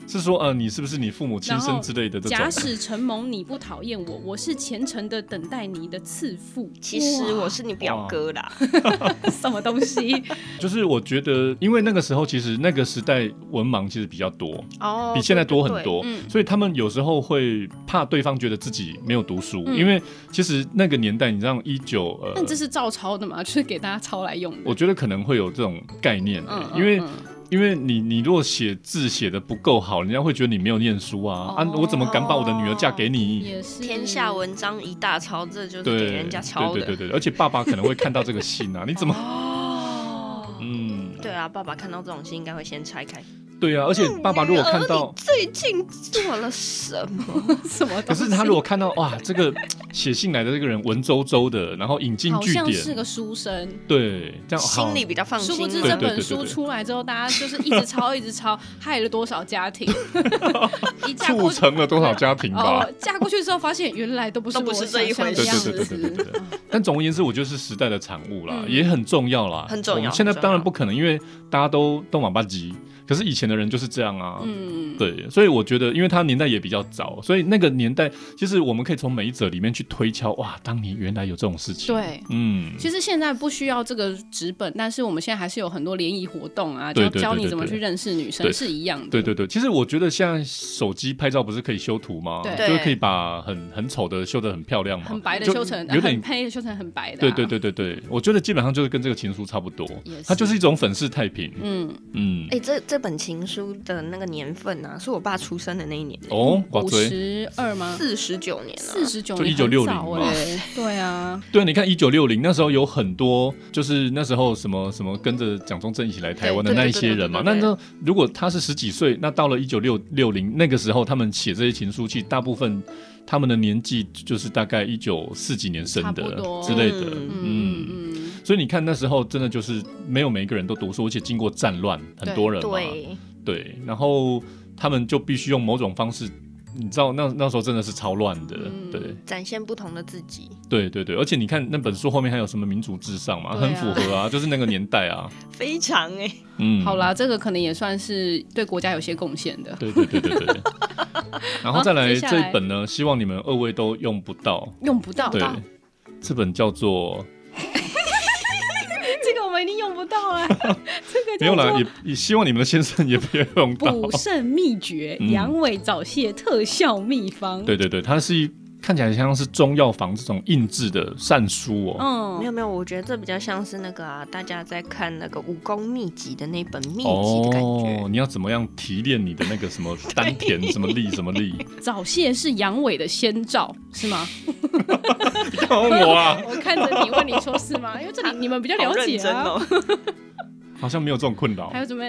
S3: 是说，呃，你是不是你父母亲
S1: 然后
S3: 生之类的这种
S1: 假？使承蒙你不讨厌我，我是虔诚的等待你的赐福。
S2: 其实我是你表哥啦，
S1: 什么东 西？
S3: 就是我觉得，因为那个时候其实那个时代文盲其实比较多，
S2: 哦
S3: 比现在多很。多，
S1: 对对嗯
S3: 所以他们有时候会怕对方觉得自己没有读书，
S1: 嗯
S3: 因为其实那个年代，你让一九呃，
S1: 但这是照抄的嘛，就是给大家抄来用的。
S3: 我觉得可能会有这种概念、欸
S1: 嗯，
S3: 因为、
S1: 嗯
S3: 因为你你如果写字写的不够好，人家会觉得你没有念书啊、啊！
S1: 哦
S3: 我怎么敢把我的女儿嫁给
S1: 嗯
S3: 你？
S1: 也是
S2: 天下文章一大抄，这就是
S3: 对，
S2: 给人家抄
S3: 对对
S2: 的。
S3: 对对，而且爸爸可能会看到这个 信啊，你怎么？
S2: 哦，
S3: 嗯，
S2: 对啊，爸爸看到这种信应该会先拆开。
S3: 对啊，而且爸爸如果看到，
S2: 最近做了什么？
S1: 什么
S3: 可
S1: 东西？
S3: 是他如果看到哇，这个写信来的这个人文绉绉的，然后引经
S1: 好
S3: 据
S1: 像是
S3: 典，
S1: 个书生，
S3: 对，这样好
S2: 心。里比较放
S1: 殊
S2: 心
S1: 不知
S2: 了。
S1: 这
S3: 对对
S1: 本书出来之后，大家就是一直抄，一直抄，害了多少家 庭？一嫁
S3: 促
S1: 过去
S3: 成了多少家庭吧？
S1: 哦，嫁过去之后发现原来都不是
S2: 都不是
S1: 我想象的
S2: 这一
S1: 样
S2: 回
S1: 子
S2: 事
S3: 对对对对对对对但总而言之，我觉得是时代的产物啦，
S1: 嗯
S3: 也很重要啦，
S2: 很重要
S3: 我们现在
S2: 很重要
S3: 当然不可能，因为大家都动网吧机，可是以前的人就是这样啊，
S1: 嗯，
S3: 对，所以我觉得，因为他年代也比较早，所以那个年代其实我们可以从每一者里面去推敲，哇，当年原来有这种事情。，
S1: 对。
S3: 嗯，
S1: 其实现在不需要这个纸本，但是我们现在还是有很多联谊活动啊，
S3: 对
S1: 就
S3: 对
S1: 要教
S3: 对
S1: 你
S3: 对
S1: 怎么
S3: 对
S1: 去认识女生
S3: 对
S1: 是一样的。
S3: 对对对，其实我觉得现在手机拍照不是可以修图吗？
S1: 对
S3: 就是可以把很很丑的修得很漂亮嘛，
S1: 很白的
S3: 就
S1: 修成，
S3: 有
S1: 很
S3: 点。
S1: 配修成很
S2: 啊
S1: 白的、啊
S3: 对对，对对对，我觉得基本上就是跟这个情书差不多
S1: 也，是
S3: 它就是一种粉饰太平。
S1: 嗯，
S3: 嗯，
S2: 哎、这这本情书的那个年份啊，是我爸出生的那一年，
S3: 哦，挂
S1: 五
S3: 追，
S1: 十二吗？
S2: 四十九年了、
S1: 四十九，
S3: 就
S1: 你
S3: 1960
S1: 很早
S3: 嘛
S1: 哎，对啊，
S3: 对，你看一九六零那时候有很多，就是那时候什么什么跟着蒋中正一起来台湾的
S2: 对对
S3: 那
S2: 对
S3: 一些人嘛。那
S2: 对对对对
S3: 那如果他是十几岁，那到了一九六六零那个时候，他们写这些情书，其实大部分他们的年纪就是大概一九四几年生的
S1: 差不多
S3: 之类的，
S2: 嗯
S1: 嗯
S3: 嗯
S1: 嗯
S3: 所以你看那时候真的就是没有每一个人都读书，而且经过战乱，很多人嘛，
S2: 对，
S3: 对然后他们就必须用某种方式。你知道那那时候真的是超乱的，
S1: 嗯
S3: 对
S2: 展现不同的自己，
S3: 对对对，而且你看那本书后面还有什么民主至上嘛，
S1: 对啊
S3: 很符合啊，就是那个年代啊，
S2: 非常哎、
S3: 嗯，
S1: 嗯，好，啦，这个可能也算是对国家有些贡献的。
S3: 对对对对 对，然后
S1: 好
S3: 再来
S1: 接下
S3: 这
S1: 来
S3: 一本呢，希望你们二位都用不到，
S1: 用不到，
S3: 对，这本叫做
S1: 这个我们一定用不 到啊！这个
S3: 没有
S1: 叫
S3: 啦，
S1: 做
S3: 也也希望你们的先生也不要用到，
S1: 补肾秘诀
S3: 嗯
S1: ——阳痿早泄特效秘方。，
S3: 对对对，它是一看起来像是中药房这种印制的善书哦。
S1: 嗯
S2: 没，有没有，我觉得这比较像是那个啊，大家在看那个武功秘籍的那本秘籍的感觉，
S3: 哦，你要怎么样提炼你的那个什么丹田什么力什么力？
S1: 早泄是阳痿的先兆，是吗？
S3: 你干嘛问我啊？
S1: 我看着你问你说是吗？因为这里你们比较了
S2: 好认
S1: 解
S2: 真
S1: 啊。
S2: 哦。
S3: 好像没有这种困扰
S1: 还。有什么？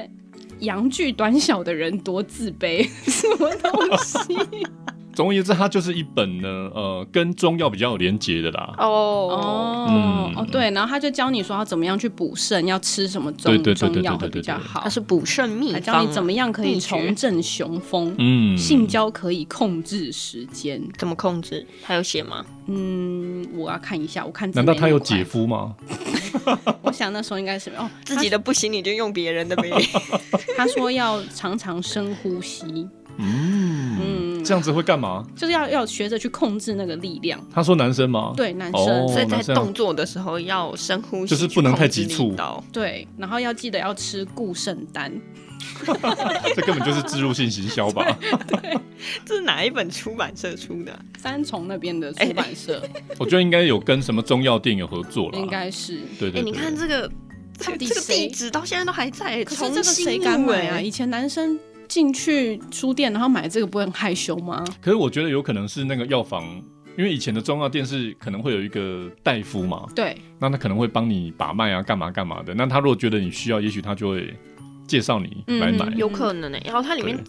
S1: 阳具短小的人多自卑， 什么东西？
S3: 总而言之，它就是一本呢，呃，跟中药比较有连结的啦。
S2: 哦，
S1: 哦
S3: 嗯
S1: 哦，对，然后他就教你说要怎么样去补肾，要吃什么中
S3: 对对对对对
S1: 中药会
S3: 对对
S1: 比较
S3: 对
S1: 好
S2: 它，是补肾秘
S1: 还教
S2: 方、
S1: 你
S2: 啊，
S1: 怎么样可以
S2: 秘诀
S1: 重振雄风。
S3: 嗯，
S1: 性交可以控制时间。
S2: 怎么控制？还有写吗？
S1: 嗯，我要看一下，我看字
S3: 难道
S1: 没
S3: 他
S1: 那
S3: 有
S1: 么快
S3: 姐？夫吗？
S1: 我想那时候应该是哦，
S2: 自己的不行你就用别人的呗。
S1: 他说要常常深呼吸，
S3: 嗯，这样子会干嘛？
S1: 就是要要学着去控制那个力量。
S3: 他说男生吗？，
S1: 对，男生、
S3: 哦
S2: 所以在
S3: 那这样
S2: 动作的时候要深呼吸，
S3: 就是不能太急促
S2: 去控制力道
S1: 对，然后要记得要吃固肾丹。
S3: 这根本就是植入性行销吧？
S2: 这是哪一本出版社出的啊、
S1: 三重那边的出版社、
S3: 我觉得应该有跟什么中药店有合作啦。
S1: 应该是，
S3: 对
S2: 哎、
S3: 对对。
S2: 你看这个这
S1: 到
S2: 个
S1: 底
S2: 这个
S1: 谁
S2: 地址到现在都还在，
S1: 可是这个
S2: 重新欸
S1: 谁敢买
S2: 入
S1: 啊？
S2: 围
S1: 以前男生进去书店然后买这个不会很害羞吗？
S3: 可是我觉得有可能是那个药房，因为以前的中药店是可能会有一个大夫嘛，
S1: 对，
S3: 那他可能会帮你把脉啊，干嘛干嘛的。那他如果觉得你需要，也许他就会介绍你来买。
S1: 嗯
S2: 有可能呢、欸然后它里面
S3: 对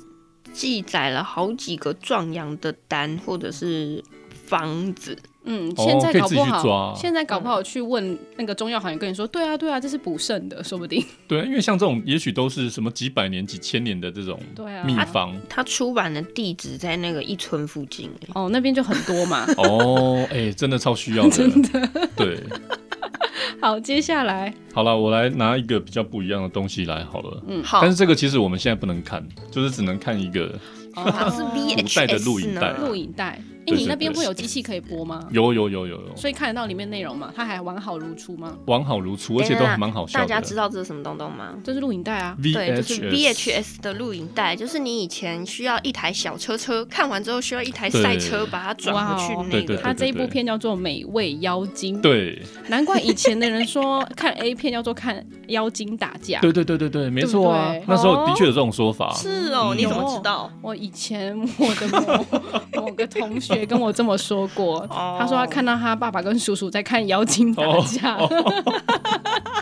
S2: 记载了好几个壮阳的丹或者是方子，
S1: 嗯，
S3: 哦
S1: 现在
S3: 可以
S1: 搞
S3: 自己
S1: 不
S3: 去
S1: 好，
S3: 抓
S1: 现在搞不好去问那个中药行，也跟你说，对啊，对啊，这是补肾的，说不 定。
S3: 对，因为像这种，也许都是什么几百年、几千年的这种
S1: 对啊
S3: 秘方。
S2: 它出版的地址在那个一村附近、欸。
S1: 哦，那边就很多嘛。
S3: 哦，哎、真的超需要的。
S1: 真的。
S3: 对，
S1: 好，接下来，
S3: 好了，我来拿一个比较不一样的东西来好了。
S2: 好，
S3: 嗯但是这个其实我们现在不能看，就是只能看一个。
S2: 好像是
S3: 古代的录
S2: VHS
S3: 影
S2: 呢
S3: 带
S1: 哦
S3: 啊
S1: 录影带。哎、
S3: 对对
S1: 你那边
S3: 对
S1: 会有机器可以播吗？
S3: 有有有有有，
S1: 所以看得到里面内容吗？它还完好如初吗？
S3: 完好如初，而且都蛮好笑
S2: 大
S3: 的。
S2: 家知道这是什么东东吗？
S1: 这是录影带
S3: 嗯
S1: 啊。
S2: 对，就是
S3: VHS。
S2: VHS 的录影带，就是你以前需要一台小车车，看完之后需要一台
S3: 对
S2: 赛车把它转回去
S1: 哇哦
S2: 那
S3: 对对
S2: 个。
S1: 它这一
S3: 对
S1: 部片叫做《美味妖精》，
S3: 对，
S1: 难怪以前的人说看 A 片叫做看妖精打架。
S3: 对对对对对，没
S1: 对不
S3: 错啊
S1: 对，
S3: 那时候的确有这种说法。
S2: 是哦，
S3: 嗯
S2: 你怎么知道？
S1: 我以前我的某某个同学跟我这么说过，
S2: 哦
S1: 他说他看到他爸爸跟叔叔在看妖精打架。
S3: 哦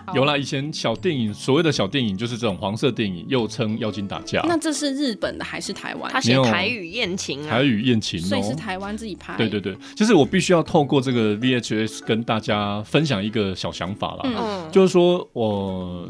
S1: 好
S3: 有啦，以前小电影，所谓的小电影就是这种黄色电影，又称妖精打架，
S1: 那这是日本的还是台湾
S2: 他？
S3: 没
S2: 写
S3: 有
S2: 台语艳情啊
S3: 台，语艳情
S1: 所以是
S3: 哦。
S1: 台湾自己拍。
S3: 对对对，其实我必须要透过这个 VHS 跟大家分享一个小想法啦，
S1: 嗯
S2: 嗯，
S3: 就是说我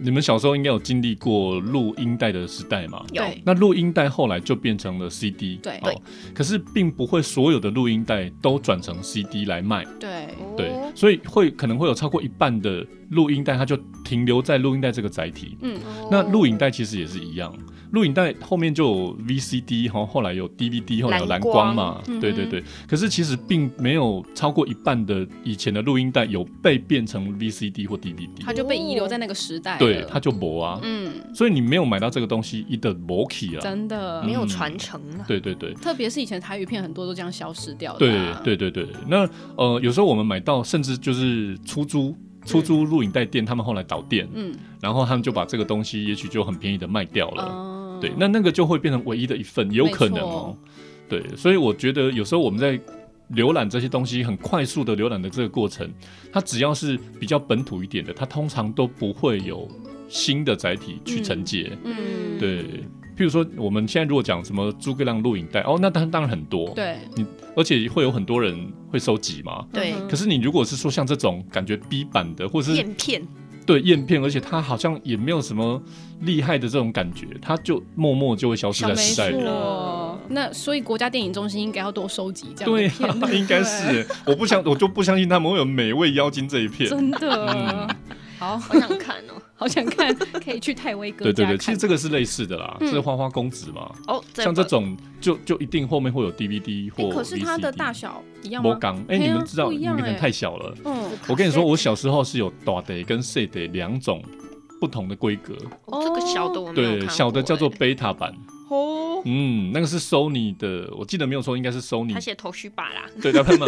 S3: 你们小时候应该有经历过录音带的时代嘛？
S2: 有
S1: 对
S3: 那录音带后来就变成了 CD，
S1: 对
S3: 哦，可是并不会所有的录音带都转成 CD 来卖，
S1: 对
S3: 对
S2: 哦，
S3: 所以会可能会有超过一半的录音带，它就停留在录音带这个载体。
S1: 嗯，
S2: 哦
S3: 那录影带其实也是一样，录影带后面就有 VCD，哈，后来有 DVD，后来有
S2: 蓝
S3: 蓝光
S2: 光
S3: 嘛，
S1: 嗯哼
S3: 对对对。可是其实并没有超过一半的以前的录音带有被变成 VCD 或 DVD，
S1: 它就被遗留在那个时代了。
S3: 对，它就没啊。
S1: 嗯，
S3: 所以你没有买到这个东西，一的没起啊。
S1: 真的啊
S2: 没，有
S3: 嗯
S2: 传承了。啊
S3: 对对对。
S1: 特别是以前台语片很多都这样消失掉的
S3: 对
S1: 啊。
S3: 对对对，那呃，有时候我们买到，甚至就是出租出租录影带店，他们后来倒店，
S1: 嗯，
S3: 然后他们就把这个东西，也许就很便宜的卖掉了。
S1: 哦
S3: 对，那那个就会变成唯一的一份，也有可能哦、对，所以我觉得有时候我们在浏览这些东西，很快速的浏览的这个过程，它只要是比较本土一点的，它通常都不会有新的载体去承接。
S1: 嗯，
S3: 对，譬如说我们现在如果讲什么诸葛亮录影带，哦，那当然当然很多，
S1: 对嗯
S3: 而且会有很多人会收集嘛。
S2: 对
S1: 嗯哼
S3: 可是你如果是说像这种感觉 B 版的，或是
S2: 片片
S3: 对验片，而且它好像也没有什么厉害的这种感觉，它就默默就会消失在
S1: 没
S3: 时代里。
S1: 错。那所以国家电影中心应该要多收集这样
S3: 对
S1: 的
S3: 呀、
S1: 片，不
S3: 应该是欸，我不相，我就不相信他们会有美味妖精这一片。
S1: 真
S3: 嗯
S1: 的。好
S2: 好想看哦。
S1: 好想看，可以去泰威哥
S3: 对对
S1: 家
S3: 对，其
S1: 看
S3: 实这个是类似的啦，
S1: 嗯
S3: 这是花花公子嘛，
S2: 哦，
S3: 像这
S2: 本
S3: 种就就一定后面会有 DVD 或
S1: 诶
S3: VCD。
S1: 可是它的大小一样
S3: 魔
S1: 吗？
S3: 港，
S1: 嘿
S3: 哎、你
S1: 啊
S3: 们知道，
S1: 不一
S3: 你
S1: 样
S3: 们可能
S1: 欸
S3: 太小了。
S1: 嗯，
S3: 我跟你说，我小时候是有大的跟细的两种不同的规格，
S2: 哦这个小的我没有看
S3: 对，
S2: 过
S3: 小的叫做
S2: 哎
S3: 贝塔版，
S2: 哦，
S3: 嗯，那个是 Sony 的，我记得没有错，应该是 Sony
S2: 他写头须吧啦，
S3: 对，他们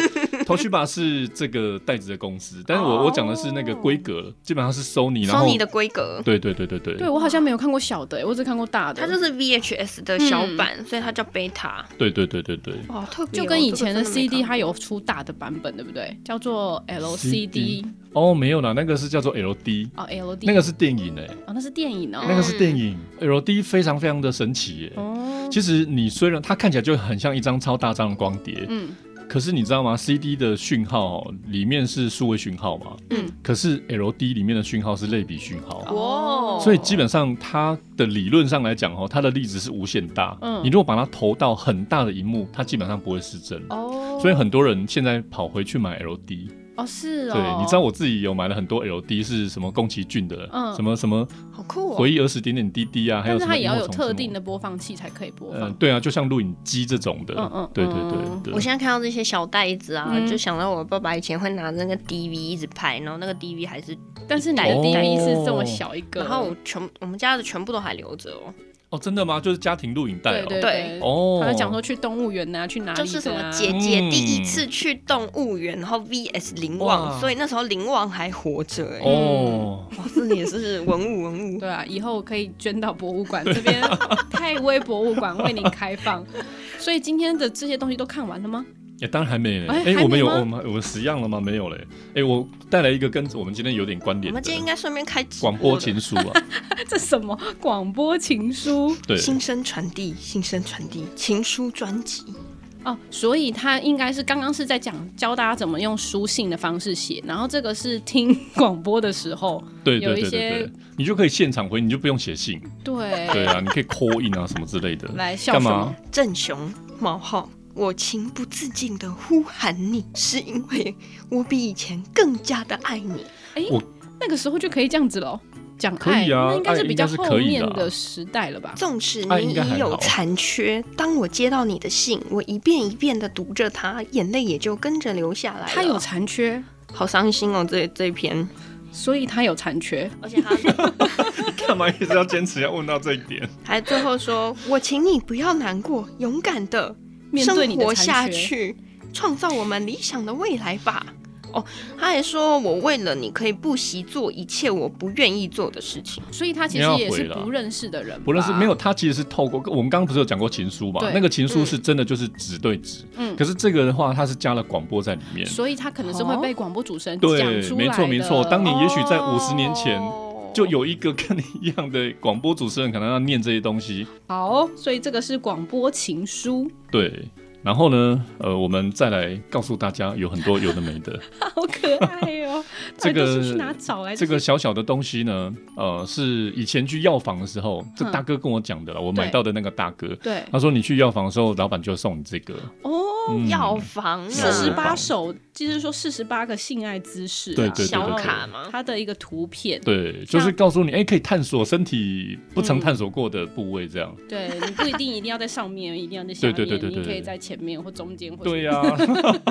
S3: 头绪吧是这个袋子的公司，但是我、
S2: 哦
S3: 我讲的是那个规格，基本上是 Sony，然后
S2: Sony 的规格，
S3: 对对对对对
S1: 对我好像没有看过小的、我只看过大的。
S2: 它就是 VHS 的小版，所以它叫 Beta。
S3: 对对对对对
S2: 嗯哦，特别哦
S1: 就跟以前的
S2: 这个真没
S1: CD，
S2: 看过
S1: 它有出大的版本，对不对？叫做 LCD
S3: 哦，没有啦，那个是叫做 LD，
S1: 哦，LD
S3: 那个是电影哎、
S1: 哦，那是电影哦。
S3: 那个是电影、LD 非常非常的神奇耶、
S1: 哦，
S3: 其实你虽然它看起来就很像一张超大张的光碟，
S1: 嗯，
S3: 可是你知道吗？CD 的讯号哦里面是数位讯号嘛，
S1: 嗯，
S3: 可是 LD 里面的讯号是类比讯号，
S2: 哦
S3: 所以基本上它的理论上来讲哦，它的粒子是无限大。
S1: 嗯
S3: 你如果把它投到很大的荧幕，它基本上不会失真。
S1: 哦，
S3: 所以很多人现在跑回去买 LD，、
S1: 哦是哦，
S3: 对，你知道我自己有买了很多 LD，是什么宫崎骏的，
S1: 嗯
S3: 什么什么
S2: 好酷哦，
S3: 回忆儿时点点滴滴啊，还有
S1: 但是
S3: 什
S1: 它
S3: 么
S1: 也
S3: 萤
S1: 要
S3: 火
S1: 有
S3: 虫
S1: 特
S3: 什么
S1: 定的播放器才可以播
S3: 呃，
S1: 放。
S3: 对啊，就像录影机这种的，
S1: 嗯嗯
S3: 对对对
S1: 嗯
S3: 对
S2: 我现在看到这些小袋子啊，
S1: 嗯
S2: 就想到我爸爸以前会拿那个 DV 一直拍，然后那个 DV 还是，
S1: 但是你的
S3: 哦
S1: DV 是这么小一个，
S2: 然后我全我们家的全部都还留着哦，
S3: 哦，真的吗？就是家庭录影
S1: 对
S3: 带哦，
S1: 对
S2: 对
S3: 哦，
S1: 他就讲说去动物园啊，去哪里的啊
S2: 就是什么姐姐
S3: 嗯
S2: 第一次去动物园，然后 VS 林
S3: 哇
S2: 旺，所以那时候林旺还活着哎、
S3: 哦，
S2: 哇，这也是文物文物。
S1: 对啊，以后可以捐到博物馆这 边，泰威博物馆为您开放。所以今天的这些东西都看完了吗？
S3: 也、当然还没嘞，
S1: 哎
S3: 哎、
S1: 还
S3: 我们
S1: 没
S3: 有
S1: 吗
S3: 我们我们十样了吗？没有嘞，哎、我带来一个跟我们今天有 点关
S2: 我
S3: 联的
S2: 们今天应该顺便开直播
S3: 广播
S2: 了
S3: 情 书啊，
S1: 这什么广播情书
S3: 对，
S2: 新生传递，新生传递情书专辑，
S1: 哦？所以他应该是刚刚是在讲教大家怎么用书信的方式写，然后这个是听广播的时候，
S3: 对对
S1: 有一
S3: 对对
S1: 些
S3: 对，你就可以现场回，你就不用写信，
S1: 对，
S3: 对啊，你可以 call in 啊什么之类的，
S1: 来笑
S3: 干
S1: 什
S3: 嘛
S1: 么？？
S2: 郑雄冒号。我情不自禁的呼喊你，是因为我比以前更加的爱你。
S1: 哎那个时候就可以这样子喽。讲
S3: 可
S1: 爱，
S3: 以啊
S1: 那应该是比较
S3: 爱应该是
S1: 后
S3: 可以
S1: 面
S3: 的啊
S1: 的时代了吧？
S2: 纵使
S3: 爱
S2: 你
S3: 啊应该还
S2: 已有
S3: 好
S2: 残缺，当我接到你的信，我一遍一遍的读着它，眼泪也就跟着流下来了。
S1: 他有残缺，
S2: 好伤心哦，这这一篇，
S1: 所以他有残缺。
S2: 而且他
S3: 干嘛一直要坚持要问到这一点？
S2: 还最后说：“我请你不要难过，勇敢的
S1: 面对你
S2: 生
S1: 的
S2: 活
S1: 残缺
S2: 下去，创造我们理想的未来吧。”哦，他还说：“我为了你可以不惜做一切我不愿意做的事情。
S1: 所以他其
S3: 你
S1: 实
S3: 要
S1: 也
S3: 回
S1: 是
S3: 了
S1: 不认识的人吧，
S3: 不论是没有，他其实是透过我们刚刚不是有讲过情书嘛？
S1: 对
S3: 那个情书是真的就是纸对纸，
S1: 嗯
S3: 可是这个的话，它是加了广播在里面，
S1: 所以他可能是会被广播主持人讲
S3: 对，
S1: 出来
S3: 没错
S1: 的
S3: 没错。当年也许在
S2: 哦
S3: 五十年前。就有一个跟你一样的广播主持人，可能要念这些东西，
S1: 好，所以这个是广播情书。
S3: 对。 然后呢，呃，我们再来告诉大家有很多有的没的，
S1: 好可爱哦、
S3: 这
S1: 到底都是去哪
S3: 个
S1: 找来？
S3: 这个小小的东西呢，呃，是以前去药房的时候，这
S1: 嗯
S3: 大哥跟我讲的了，我买
S1: 对
S3: 到的那个大哥，
S1: 对
S3: 他说你去药房的时候，老板就送你这个，
S1: 哦，
S3: 嗯
S2: 药房啊，
S1: 四十
S3: 48
S1: 八首就是说四十八个性爱姿势、啊，
S3: 对对对
S2: 小
S1: 然后
S2: 卡吗？
S1: 它的一个图片，
S3: 对，就是告诉你，哎、可以探索身体
S1: 嗯
S3: 不曾探索过的部位，这样。
S1: 对你不一定一定要在上面，一定要在下面，
S3: 对对对对对
S1: 你可以在前面或中间或
S3: 对
S1: 呀、
S3: 呀、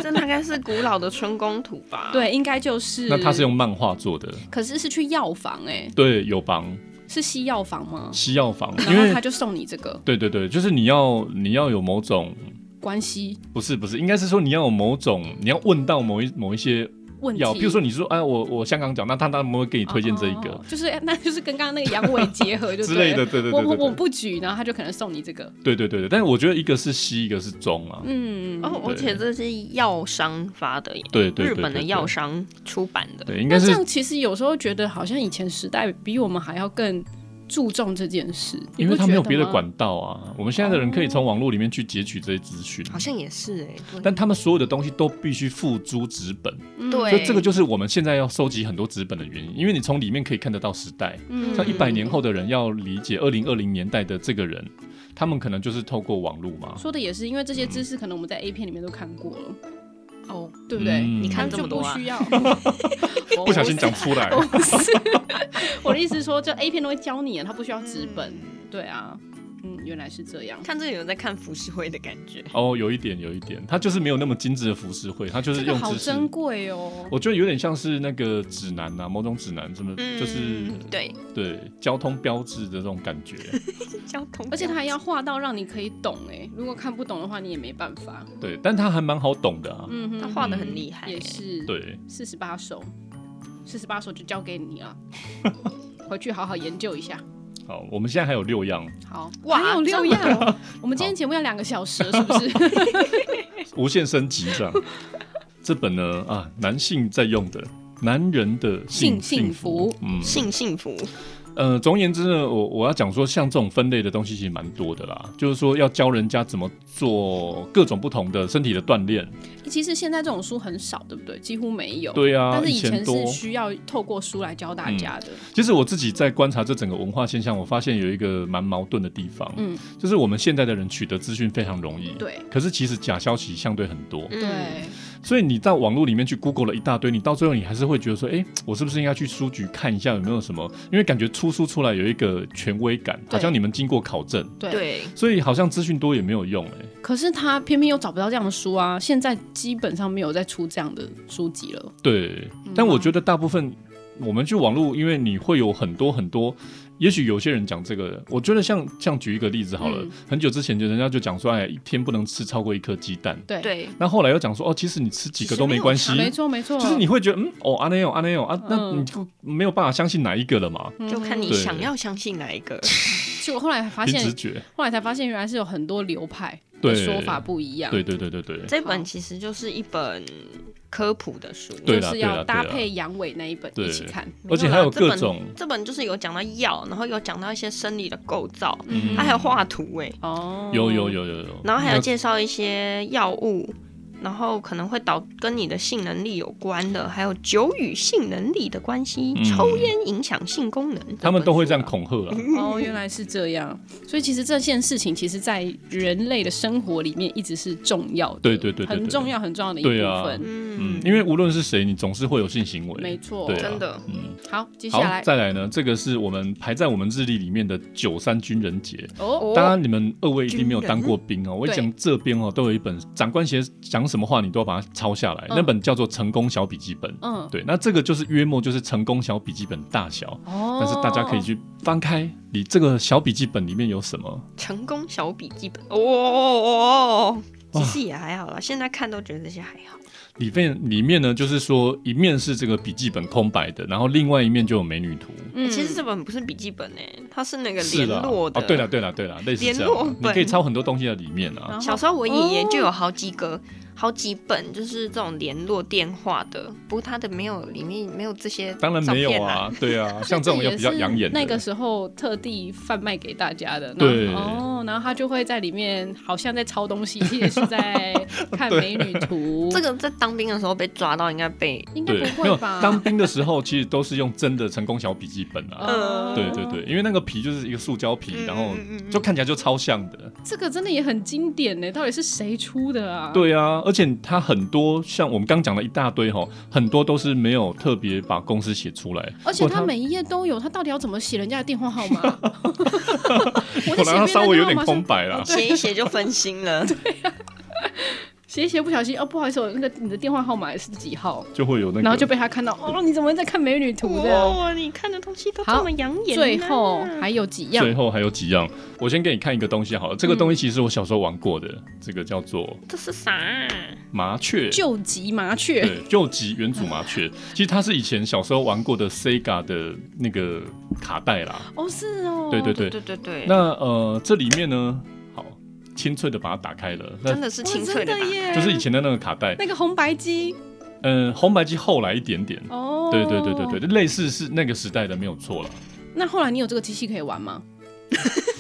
S2: 这大概是古老的春宫图吧？，
S1: 对，应该就是
S3: 那他是，用漫画做的，
S1: 可是是去药房哎、
S3: 对，有房
S1: 是西药房吗？
S3: 西药房，因
S1: 然后
S3: 为
S1: 哦他就送你这个
S3: 对对对，就是你要你要有某种。
S1: 关系
S3: 不是不是，应该是说你要有某种，你要问到某一某一些
S1: 问题，
S3: 药，譬如说你说，哎，我我香港脚，那他他们会给你推荐这一个、
S1: 哦哦哦就是那就是跟刚刚那个阳痿结合 就
S3: 之
S1: 对
S3: 类
S1: 了
S3: 的，对对
S1: 我
S3: 对
S1: 我
S3: 对
S1: 我
S3: 对，
S1: 不举，然后他就可能送你这个，
S3: 对对对对。但是我觉得一个是西，一个是中啊，
S1: 嗯，
S2: 哦，而且这是药商发的耶，
S3: 对对对对
S2: 日本的药商出版的。
S3: 对，应该
S1: 那这
S3: 是
S1: 样其实有时候觉得好像以前时代比我们还要更注重这件事，你
S3: 因为
S1: 不
S3: 他没有
S1: 觉得
S3: 别的
S1: 吗，
S3: 管道啊。我们现在的人可以从网络里面去截取这些资讯，啊
S2: 好像也是哎，
S3: 但他们所有的东西都必须付诸纸本，
S1: 嗯
S2: 对
S3: 所以这个就是我们现在要收集很多纸本的原因，因为你从里面可以看得到时代。
S1: 嗯
S3: 像一百年后的人要理解二零二零年代的这个人，他们可能就是透过网络嘛，
S1: 说的也是，因为这些知识可能我们在 A 片里面都看过了，
S2: 哦，
S1: 对不对？
S3: 嗯你
S2: 看
S1: 那
S2: 这么多啊
S1: 就 不需要，
S3: 不小心讲出来。
S1: 我不是，我的意思是说，就 A 片都会教你，啊它不需要纸本，对啊，嗯，原来是这样。
S2: 看这个有在看浮世绘的感觉。
S3: 哦，有一点，有一点，它就是没有那么精致的服饰会，它就是
S1: 这个
S3: 用
S1: 好
S3: 知识。
S1: 珍贵哦，
S3: 我觉得有点像是那个指南呐、某种指南，什么、就是
S2: 嗯对
S3: 对交通标志的这种感觉。
S2: 交通，
S1: 而且它还要画到让你可以懂哎，如果看不懂的话，你也没办法。
S3: 对，但它还蛮好懂的啊。
S1: 嗯哼，
S2: 他画的很厉害耶，
S1: 也是，
S3: 对，
S1: 四十八首，四十八首就交给你 了，回去好好研究一下。
S3: 好，我们现在还有六样，
S1: 好，
S2: 哇
S1: 还有六样
S2: 这
S1: 哦，我们今天节目要两个小时了，是不是？
S3: 无限升级 这样。这本呢啊，男性在用的。男人的
S1: 性
S3: 性
S1: 幸福
S3: 福，嗯，
S2: 性幸福，
S3: 呃，总而言之呢，我我要讲说，像这种分类的东西其实蛮多的啦，就是说要教人家怎么做各种不同的身体的锻炼，
S1: 其实现在这种书很少，对不对？几乎没有。
S3: 对啊，
S1: 但是以前
S3: 多嗯
S1: 是。需要透过书来教大家的，
S3: 其实我自己在观察这整个文化现象，我发现有一个蛮矛盾的地方，
S1: 嗯，
S3: 就是我们现在的人取得资讯非常容易，
S1: 对。
S3: 可是其实假消息相对很多，
S2: 嗯，
S1: 对，
S3: 所以你到网络里面去 Google 了一大堆，你到最后你还是会觉得说，哎，我是不是应该去书局看一下有没有什么？因为感觉出书出来有一个权威感，
S1: 对
S3: 好像你们经过考证，
S1: 对
S2: 对，
S3: 所以好像资讯多也没有用、哎，
S1: 可是他偏偏又找不到这样的书啊！现在基本上没有再出这样的书籍了。
S3: 对。
S1: 嗯
S3: 但我觉得大部分我们去网络，因为你会有很多很多，也许有些人讲这个，我觉得像像举一个例子好了，
S1: 嗯
S3: 很久之前就人家就讲说，哎，一天不能吃超过一颗鸡蛋。
S1: 对，啊
S2: 对，
S3: 那后来又讲说，哦，其实你吃几个都没关系
S2: 其实
S1: 没。错没错，
S3: 就是你会觉得，嗯，哦，阿内哦，阿内哦，啊，那
S1: 嗯
S3: 你就没有办法相信哪一个了嘛？
S1: 嗯
S2: 就看你
S3: 对
S2: 想要相信哪一个。
S1: 就我后来发
S3: 凭
S1: 现
S3: 直，觉。
S1: 后来才发现原来是有很多流派的
S3: 对
S1: 说法不一样。
S3: 对对对对对
S2: 这本其实就是一本科普的书，
S3: 对
S1: 就
S3: 啦
S1: 是
S3: 啦
S1: 要搭
S3: 对啦
S1: 配阳痿那一本
S3: 对
S1: 一起看。
S2: 没
S3: 而且还
S2: 啦
S3: 有
S2: 这
S3: 各
S2: 本
S3: 种
S2: 这本就是有讲到药，然后有讲到一些生理的构造，
S3: 嗯
S2: 它还有画图哎，
S1: 哦，
S3: 有有，有有有。
S2: 然后还有介绍一些药物，然后可能会导跟你的性能力有关的，还有酒与性能力的关系，
S3: 嗯
S2: 抽烟影响性功能，
S3: 他们都会这样
S2: 本书啊。
S3: 恐吓啊。
S1: 哦，原来是这样。所以其实这件事情，其实在人类的生活里面一直是重要的，
S3: 对对对对对
S1: 很重要很重要的一部
S3: 对啊
S1: 分。
S3: 嗯
S2: 嗯，，
S3: 因为无论是谁，你总是会有性行
S1: 没
S3: 为。
S1: 错
S3: 对，啊
S2: 真的
S3: 嗯，
S1: 好，接下
S3: 好，
S1: 来
S3: 再来呢，这个是我们排在我们日历里面的九三军人节。
S1: 哦，
S3: 当然，你们二位一定没有当过兵哦。我
S1: 对
S3: 讲这边哦，都有一本长官写讲什么话，你都要把它抄下来。
S1: 嗯
S3: 那本叫做《成功小笔记本》。
S1: 嗯，
S3: 对，那这个就是约莫就是成功小笔记本大小，
S1: 哦，
S3: 但是大家可以去翻开，你这个小笔记本里面有什么？
S2: 成功小笔记本哦哦哦哦，其实也还好啦，现在看都觉得这些还好。
S3: 里面里面呢，就是说一面是这个笔记本空白的，然后另外一面就有美女图。
S1: 嗯，
S2: 欸其实这本不是笔记本诶，它是那个
S3: 是
S1: 啊
S2: 联
S3: 啦，
S2: 络的。
S3: 哦，对了，对了，对了，类似这
S2: 联络
S3: 样，你
S2: 本
S3: 可以抄很多东西在里面啊。
S1: 然后
S2: 小时候我爷爷就有好几个，好几本就是这种联络电话的，不过他的没有里面没有这些，
S3: 当然没有。啊，对啊，像这种
S1: 也
S3: 要比较
S1: 是
S3: 养眼的。
S1: 那个时候特地贩卖给大家的，
S3: 对
S1: 然后哦，然后他就会在里面好像在抄东西， 其实是 在看
S3: 对
S1: 美女图，
S2: 这个在当兵的时候被抓到，应该被
S1: 应该
S3: 对，
S1: 不
S3: 没有
S1: 会吧？
S3: 当兵的时候，其实都是用真的成功小笔记本啊。
S1: 哦
S3: 对对对，因为那个皮就是一个塑胶皮，
S2: 嗯
S3: 然后
S2: 嗯嗯嗯
S3: 就看起来就超像的。
S1: 这个真的也很经典呢，到底是谁出的啊？，
S3: 对啊，而且它很多像我们刚讲的一大堆哈，很多都是没有特别把公司写出来，
S1: 而且
S3: 或
S1: 他每一页都有，他到底要怎么写人家的电话号码？ 我
S3: 可
S1: 在
S3: 能它
S1: 写
S3: 稍微
S1: 别
S3: 有
S1: 人的电话号
S3: 点空
S1: 码，
S3: 白啦。
S2: 写一写就分心 了。
S1: 写一写不小心哦，不好意思，我那个你的电话号码是几号？
S3: 就会有那个，
S1: 然后就被他看到，哦，你怎么在看美女图这样？
S2: 哇，你看的东西都
S1: 啊好
S2: 这么养眼、
S1: 最后还有几样
S3: 最，后还有几样，我先给你看一个东西好了。这个
S1: 嗯
S3: 东西其实我小时候玩过的，这个叫做
S2: 这是啥啊、
S3: 麻雀。
S1: 救急麻雀，
S3: 对，救急原祖麻雀，其实它是以前小时候玩过的 Sega 的那个卡带啦。
S1: 哦，是哦，
S3: 对对
S2: 对
S3: 对，
S2: 对对对，
S3: 那呃，这里面呢，好清脆的把它打开了，那
S2: 真的是
S1: 哇
S2: 清脆
S1: 真
S2: 吧
S1: 的？耶，
S3: 就是以前的那个卡带，
S1: 那个红白机
S3: 嗯，红白机后来一点点，
S1: 哦，
S3: 对对对对对，。类似是那个时代的没有错了。
S1: 那后来你有这个机器可以玩吗？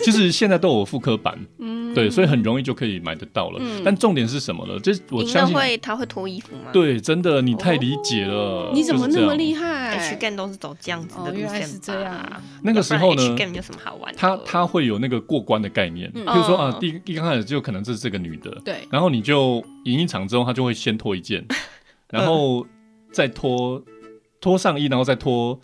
S3: 其实现在都有复刻版，
S1: 嗯，
S3: 对，所以很容易就可以买得到了
S1: 嗯。
S3: 但重点是什么呢？这我
S2: 赢
S3: 相
S2: 了
S3: 信，
S2: 会他会脱衣服吗？
S3: 对，真的你太理解了。
S1: 哦你怎么那么厉
S2: ，H
S1: 害？
S2: game 哎都是走这样子
S1: 哎哦
S2: 的路
S1: 原来
S2: 线
S1: 是
S2: 吧哎
S1: 这样
S3: 害？那个时候呢
S2: ，H，game 有什么好玩的？
S3: 它它会有那个过关的概念，比
S1: 嗯
S3: 如说啊
S2: 哦，
S3: 第一一刚开始就可能这是这个女的，
S1: 对，
S3: 然后你就赢一场之后，他就会先脱一件，然后再脱脱上衣，然后再脱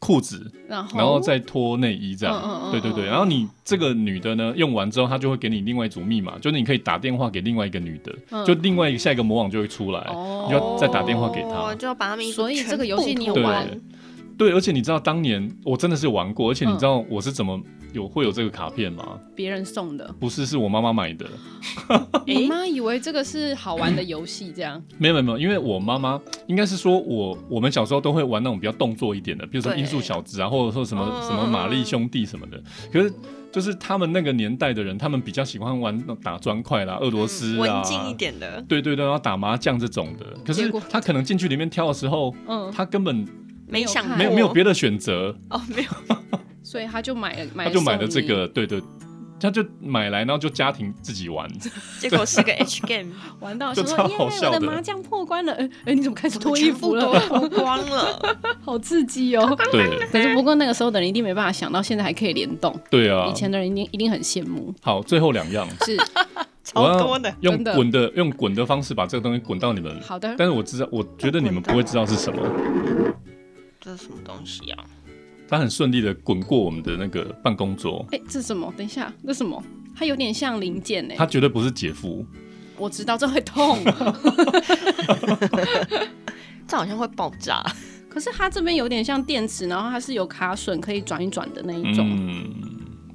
S3: 裤子，
S1: 然后
S3: 然后再脱内衣这样。
S1: 嗯嗯嗯
S3: 对对对，
S1: 嗯
S3: 然后你这个女的呢，用完之后，她就会给你另外一组密码，就是你可以打电话给另外一个女的，
S1: 嗯
S3: 就另外一个下一个魔网就会出来。
S1: 哦
S3: 你就要再打电话给他
S2: 哦就要把他们衣服
S1: 所以这个游戏你有
S2: 全部
S3: 玩
S2: 脱光
S3: 对，而且你知道当年我真的是有玩过，而且你
S1: 嗯
S3: 知道我是怎么有会有这个卡片吗？
S1: 别人送的，
S3: 不是，是我妈妈买的。
S1: 你妈以为这个是好玩的游戏，这样
S3: 没有没有没有，因为我妈妈应该是说我我们小时候都会玩那种比较动作一点的，比如说
S2: 对
S3: 音速小子啊，或者说什么
S2: 嗯
S3: 什么玛丽兄弟什么的。可是就是他们那个年代的人，他们比较喜欢玩那种打砖块啦、俄罗斯啊
S2: 嗯文，静一点的，
S3: 对对对，然后打麻将这种的。可
S1: 结
S3: 是
S1: 果
S3: 他可能进去里面挑的时候，
S1: 嗯，
S3: 他根本
S1: 没
S2: 没
S1: 有
S2: 想
S1: 看
S3: 没有
S2: 过
S3: 没有别的选择，
S2: 哦，没有
S1: 所以他就买了，买
S3: 他
S1: 了
S3: 就买了
S1: 送
S3: 这
S1: 你
S3: 个，对对。他就买来，然后就家庭自己 玩，
S2: 结果是个 H game，
S1: 玩到
S3: 就
S1: 想说
S3: 超
S1: 耶，
S3: 好笑
S1: 我的
S3: 的
S1: 麻将破关了，哎、哎你怎么开始
S2: 怎么
S1: 脱衣
S2: 全
S1: 服
S2: 部
S1: 了
S2: 都？脱光 了，
S1: 好刺激哦！
S3: 对
S1: 可是不过那个时候的人一定没办法想到现在还可以联动，
S3: 对啊
S1: 以。前的人一定一定很羡慕。
S3: 好，最后两样，
S1: 是
S2: 超
S3: 我要
S2: 多的。
S3: 用
S1: 真的
S3: 滚的用滚的方式把这个东西滚到你们
S1: 好的，
S3: 但是我知道，我觉得你们不会知道是什么。
S2: 这是什么东西啊？
S3: 它很顺利的滚过我们的那个办公桌，
S1: 哎、这是什么？等一下，这是什么？它有点像零件呢、
S3: 它绝对不是姐夫。
S1: 我知道这会痛，
S2: 这好像会爆炸，
S1: 可是它这边有点像电池，然后它是有卡榫可以转一转的那一种，
S3: 嗯，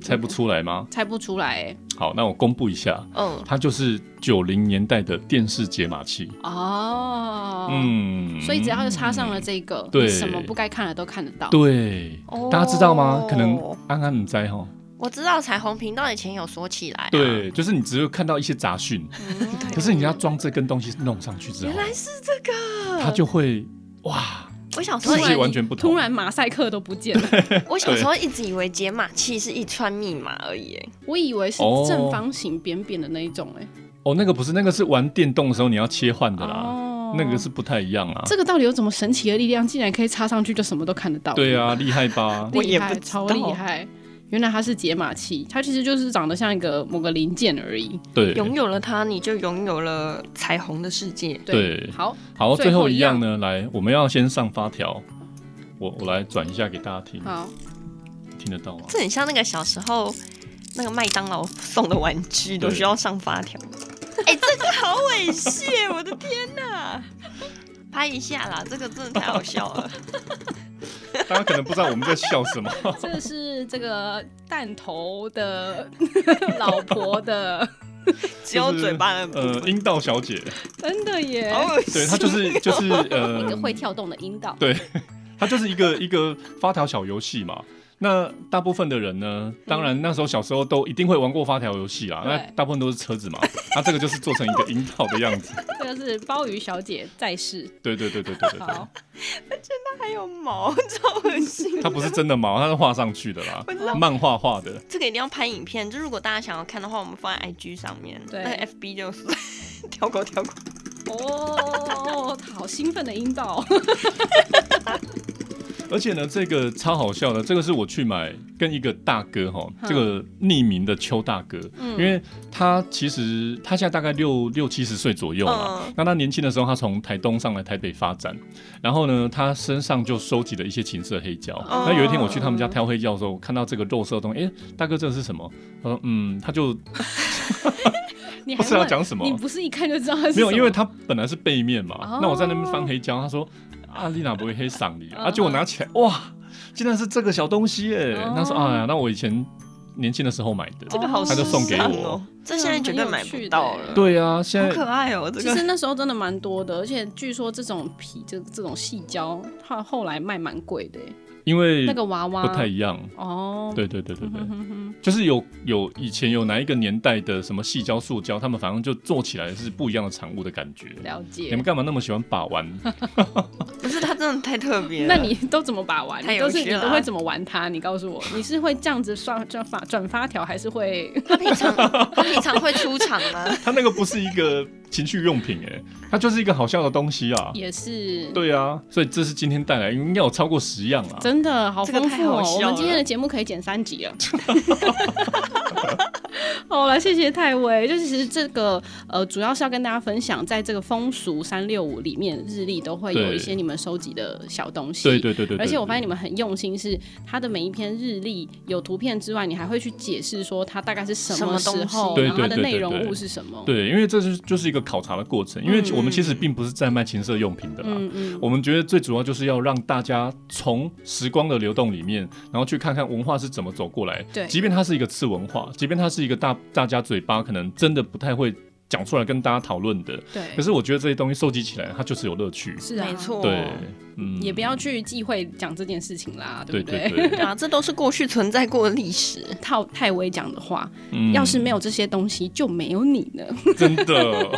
S3: 猜不出来吗？
S1: 猜不出来、欸。
S3: 好，那我公布一下，
S2: 嗯，
S3: 它就是九零年代的电视解码器。
S1: 哦，
S3: 嗯，
S1: 所以只要是插上了这个，
S3: 对
S1: 你什么不该看的都看得到。
S3: 对
S2: 哦，
S3: 大家知道吗？可能安安你在吼，
S2: 我知道彩虹频道以前有说起来、啊，
S3: 对，就是你只会看到一些杂讯，
S1: 嗯
S3: 可是你要装这根东西弄上去之后
S2: 原，来是这个，
S3: 它就会哇，
S2: 我小时
S1: 突
S2: 候
S3: 世
S1: 然
S3: 界完全不同
S1: 突。然马赛克都不见 了，
S2: 我小时候一直以为解码器是一串密码而已，哎？
S1: 我以为是
S3: 哦
S1: 正方形扁扁的那一种、欸，
S3: 哦，那个不是，那个是玩电动的时候你要切换的啦，
S1: 哦
S3: 那个是不太一样啊。
S1: 这个到底有怎么神奇的力量，竟然可以插上去就什么都看得到？
S3: 对，啊，厉害吧
S2: 我
S1: 厉
S2: 也不
S1: 害，
S2: 知
S1: 超
S2: 道
S1: 厉害！原来它是解码器，它其实就是长得像一个某个零件而已。
S3: 对，
S2: 拥有了它，你就拥有了彩虹的世界。
S3: 对
S1: 好，
S3: 好，
S1: 最
S3: 最
S1: 后
S3: 后
S1: 一
S3: 一
S1: 样
S3: 样呢，来，我们要先上发条，我我来转一下给大家听，
S1: 好，
S3: 听得到吗？
S2: 这很像那个小时候那个麦当劳送的玩具，都
S3: 对
S2: 需要上发条。哎、这个好猥亵，我的天哪！拍一下啦，这个真的太好笑 了。
S3: 大家可能不知道我们在笑什么，
S1: 这是这个弹头的 老婆的，
S2: 只有嘴巴的部
S3: 呃，
S2: 分，
S3: 阴道小姐，
S1: 真的耶，
S3: 啊
S2: 好恶心。
S3: 呃对，她就是就是
S1: 一
S3: 呃
S1: 个，会跳动的阴道。
S3: 对，她就是一个一个发条小游戏嘛。那大部分的人呢，当然那时候小时候都一定会玩过发条游戏啊，
S1: 对
S3: 那大部分都是车子嘛，那这个就是做成一个引导的样子。
S1: 这个是鲍鱼小姐在世。
S3: 对对对对对对
S1: 好
S3: 对，，
S2: 还有毛，超恶心。
S3: 它不是真的毛，它是画上去的 啦
S2: 我知道，
S3: 漫画画的。
S2: 这个一定要拍影片，就如果大家想要看的话，我们放在 IG 上面，
S1: 对
S2: 那个 FB 就是 跳过跳过。
S1: 哦，好兴奋的音 道，哦
S3: 而且呢，这个超好笑的，这个是我去买跟一个大哥哈，
S1: 嗯
S3: 这个匿名的邱大哥，因为他其实他现在大概六六七十岁左右嘛，
S2: 嗯
S3: 那他年轻的时候，他从台东上来台北发展，然后呢，他身上就收集了一些情色黑胶。
S2: 哦
S3: 那有一天我去他们家挑黑胶的时候，我看到这个肉色的东西，哎、大哥这是什么？他说嗯，他就
S1: 你
S3: 不
S1: 还
S3: 知道
S1: 问
S3: 讲什么
S1: 你不是一看就知道它是
S3: 没有，
S1: 什
S3: 因为
S1: 么
S3: 他本来是背面嘛，
S1: 哦
S3: 那我在那边翻黑胶，他说阿丽娜不会黑嗓你啊，
S1: 嗯
S3: 啊结果拿起来，哇，竟然是这个小东西耶！
S1: 哦
S3: 那时候哎呀，那我以前年轻的时候买的，
S2: 这个好
S3: 他就送给
S2: 时
S3: 我
S2: 尚哦，这现在绝对买不到了。，
S3: 对啊，现
S2: 好
S3: 在
S2: 可爱哦，这
S1: 其
S2: 个
S1: 实那时候真的蛮多的，而且据说这种皮这这种细胶，它后来卖蛮贵的耶，欸
S3: 因为
S1: 那个娃娃
S3: 嗯不太一样，
S1: 哦，
S3: 对对对对对
S1: 嗯，哼哼
S3: 就是有有以前有哪一个年代的什么细胶、塑胶，他们反正就做起来是不一样的产物的感觉。
S1: 了
S3: 你
S1: 解
S3: 们。干嘛那么喜欢把玩？
S2: 不是它真的太特别了。
S1: 那你都怎么把玩？
S2: 太
S1: 你
S2: 有
S1: 都是
S2: 趣
S1: 你
S2: 了啊
S1: 都会怎么玩它？你告诉我，你是会这样子刷转发转发条，还是会
S2: 他平常他平常会出场吗？
S3: 它那个不是一个情趣用品哎，它就是一个好笑的东西啊。
S1: 也是？
S3: 对啊，所以这是今天带来应该有超过十样啊。
S1: 真的好
S2: 这个
S1: 丰
S2: 太
S1: 富
S2: 好
S1: 哦！
S2: 笑
S1: 我们今天
S2: 了
S1: 的节目可以剪三集了。 好了，谢谢泰威。就是其实这个呃，主要是要跟大家分享，在这个风俗三六五里面，日历都会有
S3: 对
S1: 一些你们收集的小东西。
S3: 对对对对
S1: 而
S3: 对
S1: 且我发现
S3: 对
S1: 你们很用心，是它的每一篇日历有图片之外，你还会去解释说它大概是什
S2: 什么
S1: 么
S2: 东
S1: 时候，
S2: 西
S1: 然后它的
S3: 对对对
S1: 内容
S3: 对对
S1: 物是什么。
S3: 对，因为这是就是一个考察的过程，因为我们其实并不是在卖情色用品的啦。
S1: 嗯嗯，
S3: 我们觉得最主要就是要让大家从时光的流动里面，然后去看看文化是怎么走过来。
S1: 对
S3: 即便它是一个次文化，即便它是一个大大家嘴巴可能真的不太会讲出来跟大家讨论的，可
S1: 对，
S3: 是我觉得这些东西收集起来，它就是有乐趣。
S1: 是啊，
S2: 没错
S3: 对，嗯，
S1: 也不要去忌讳讲这件事情啦，
S3: 对
S1: 不
S3: 对对，
S2: 对啊，这都是过去存在过的历史。
S1: 套泰威讲的话，
S3: 嗯
S1: 要是没有这些东西，就没有你呢。
S3: 真的，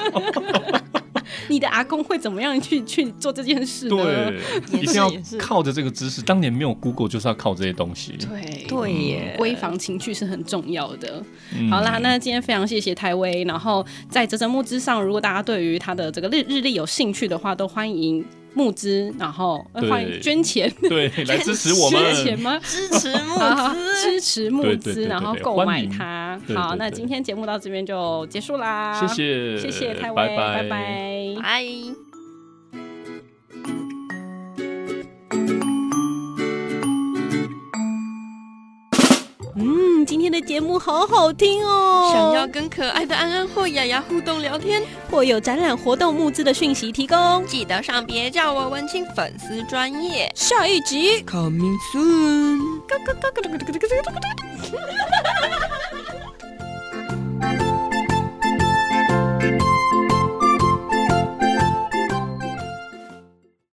S1: 你的阿公会怎么样去去做这件事呢？
S3: 对，
S2: 也是
S3: 一定要
S2: 也是
S3: 靠着这个知识。当年没有 Google，就是要靠这些东西。
S1: 对
S2: 对耶，
S1: 闺房情趣是很重要的。
S3: 嗯
S1: 好啦，那今天非常谢谢泰威。然后在折折木之上，如果大家对于他的这个日日历有兴趣的话，都欢迎募资，然后、呃
S3: 对
S1: 欢迎捐钱，
S3: 对，来支持我
S1: 捐钱
S3: 们。
S1: 吗？
S2: 支持募
S1: 好好
S2: 资。
S1: 支持募
S3: 对对对
S1: 资，
S3: 对
S1: 然后
S3: 对
S1: 购
S3: 欢
S1: 买
S3: 迎
S1: 它。
S3: 对
S1: 好，
S3: 对
S1: 那
S3: 对
S1: 今天节目到这边就结束啦。
S3: 谢，啊谢，
S1: 谢谢泰威，
S3: 拜拜，
S1: 拜拜
S2: 拜。
S1: 嗯，今天的节目好好听哦。
S2: 想要跟可爱的安安或雅雅互动聊天，
S1: 或有展览活动募资的讯息提供。
S2: 记得上别叫我文青粉丝专业。
S1: 下一集
S2: Coming soon。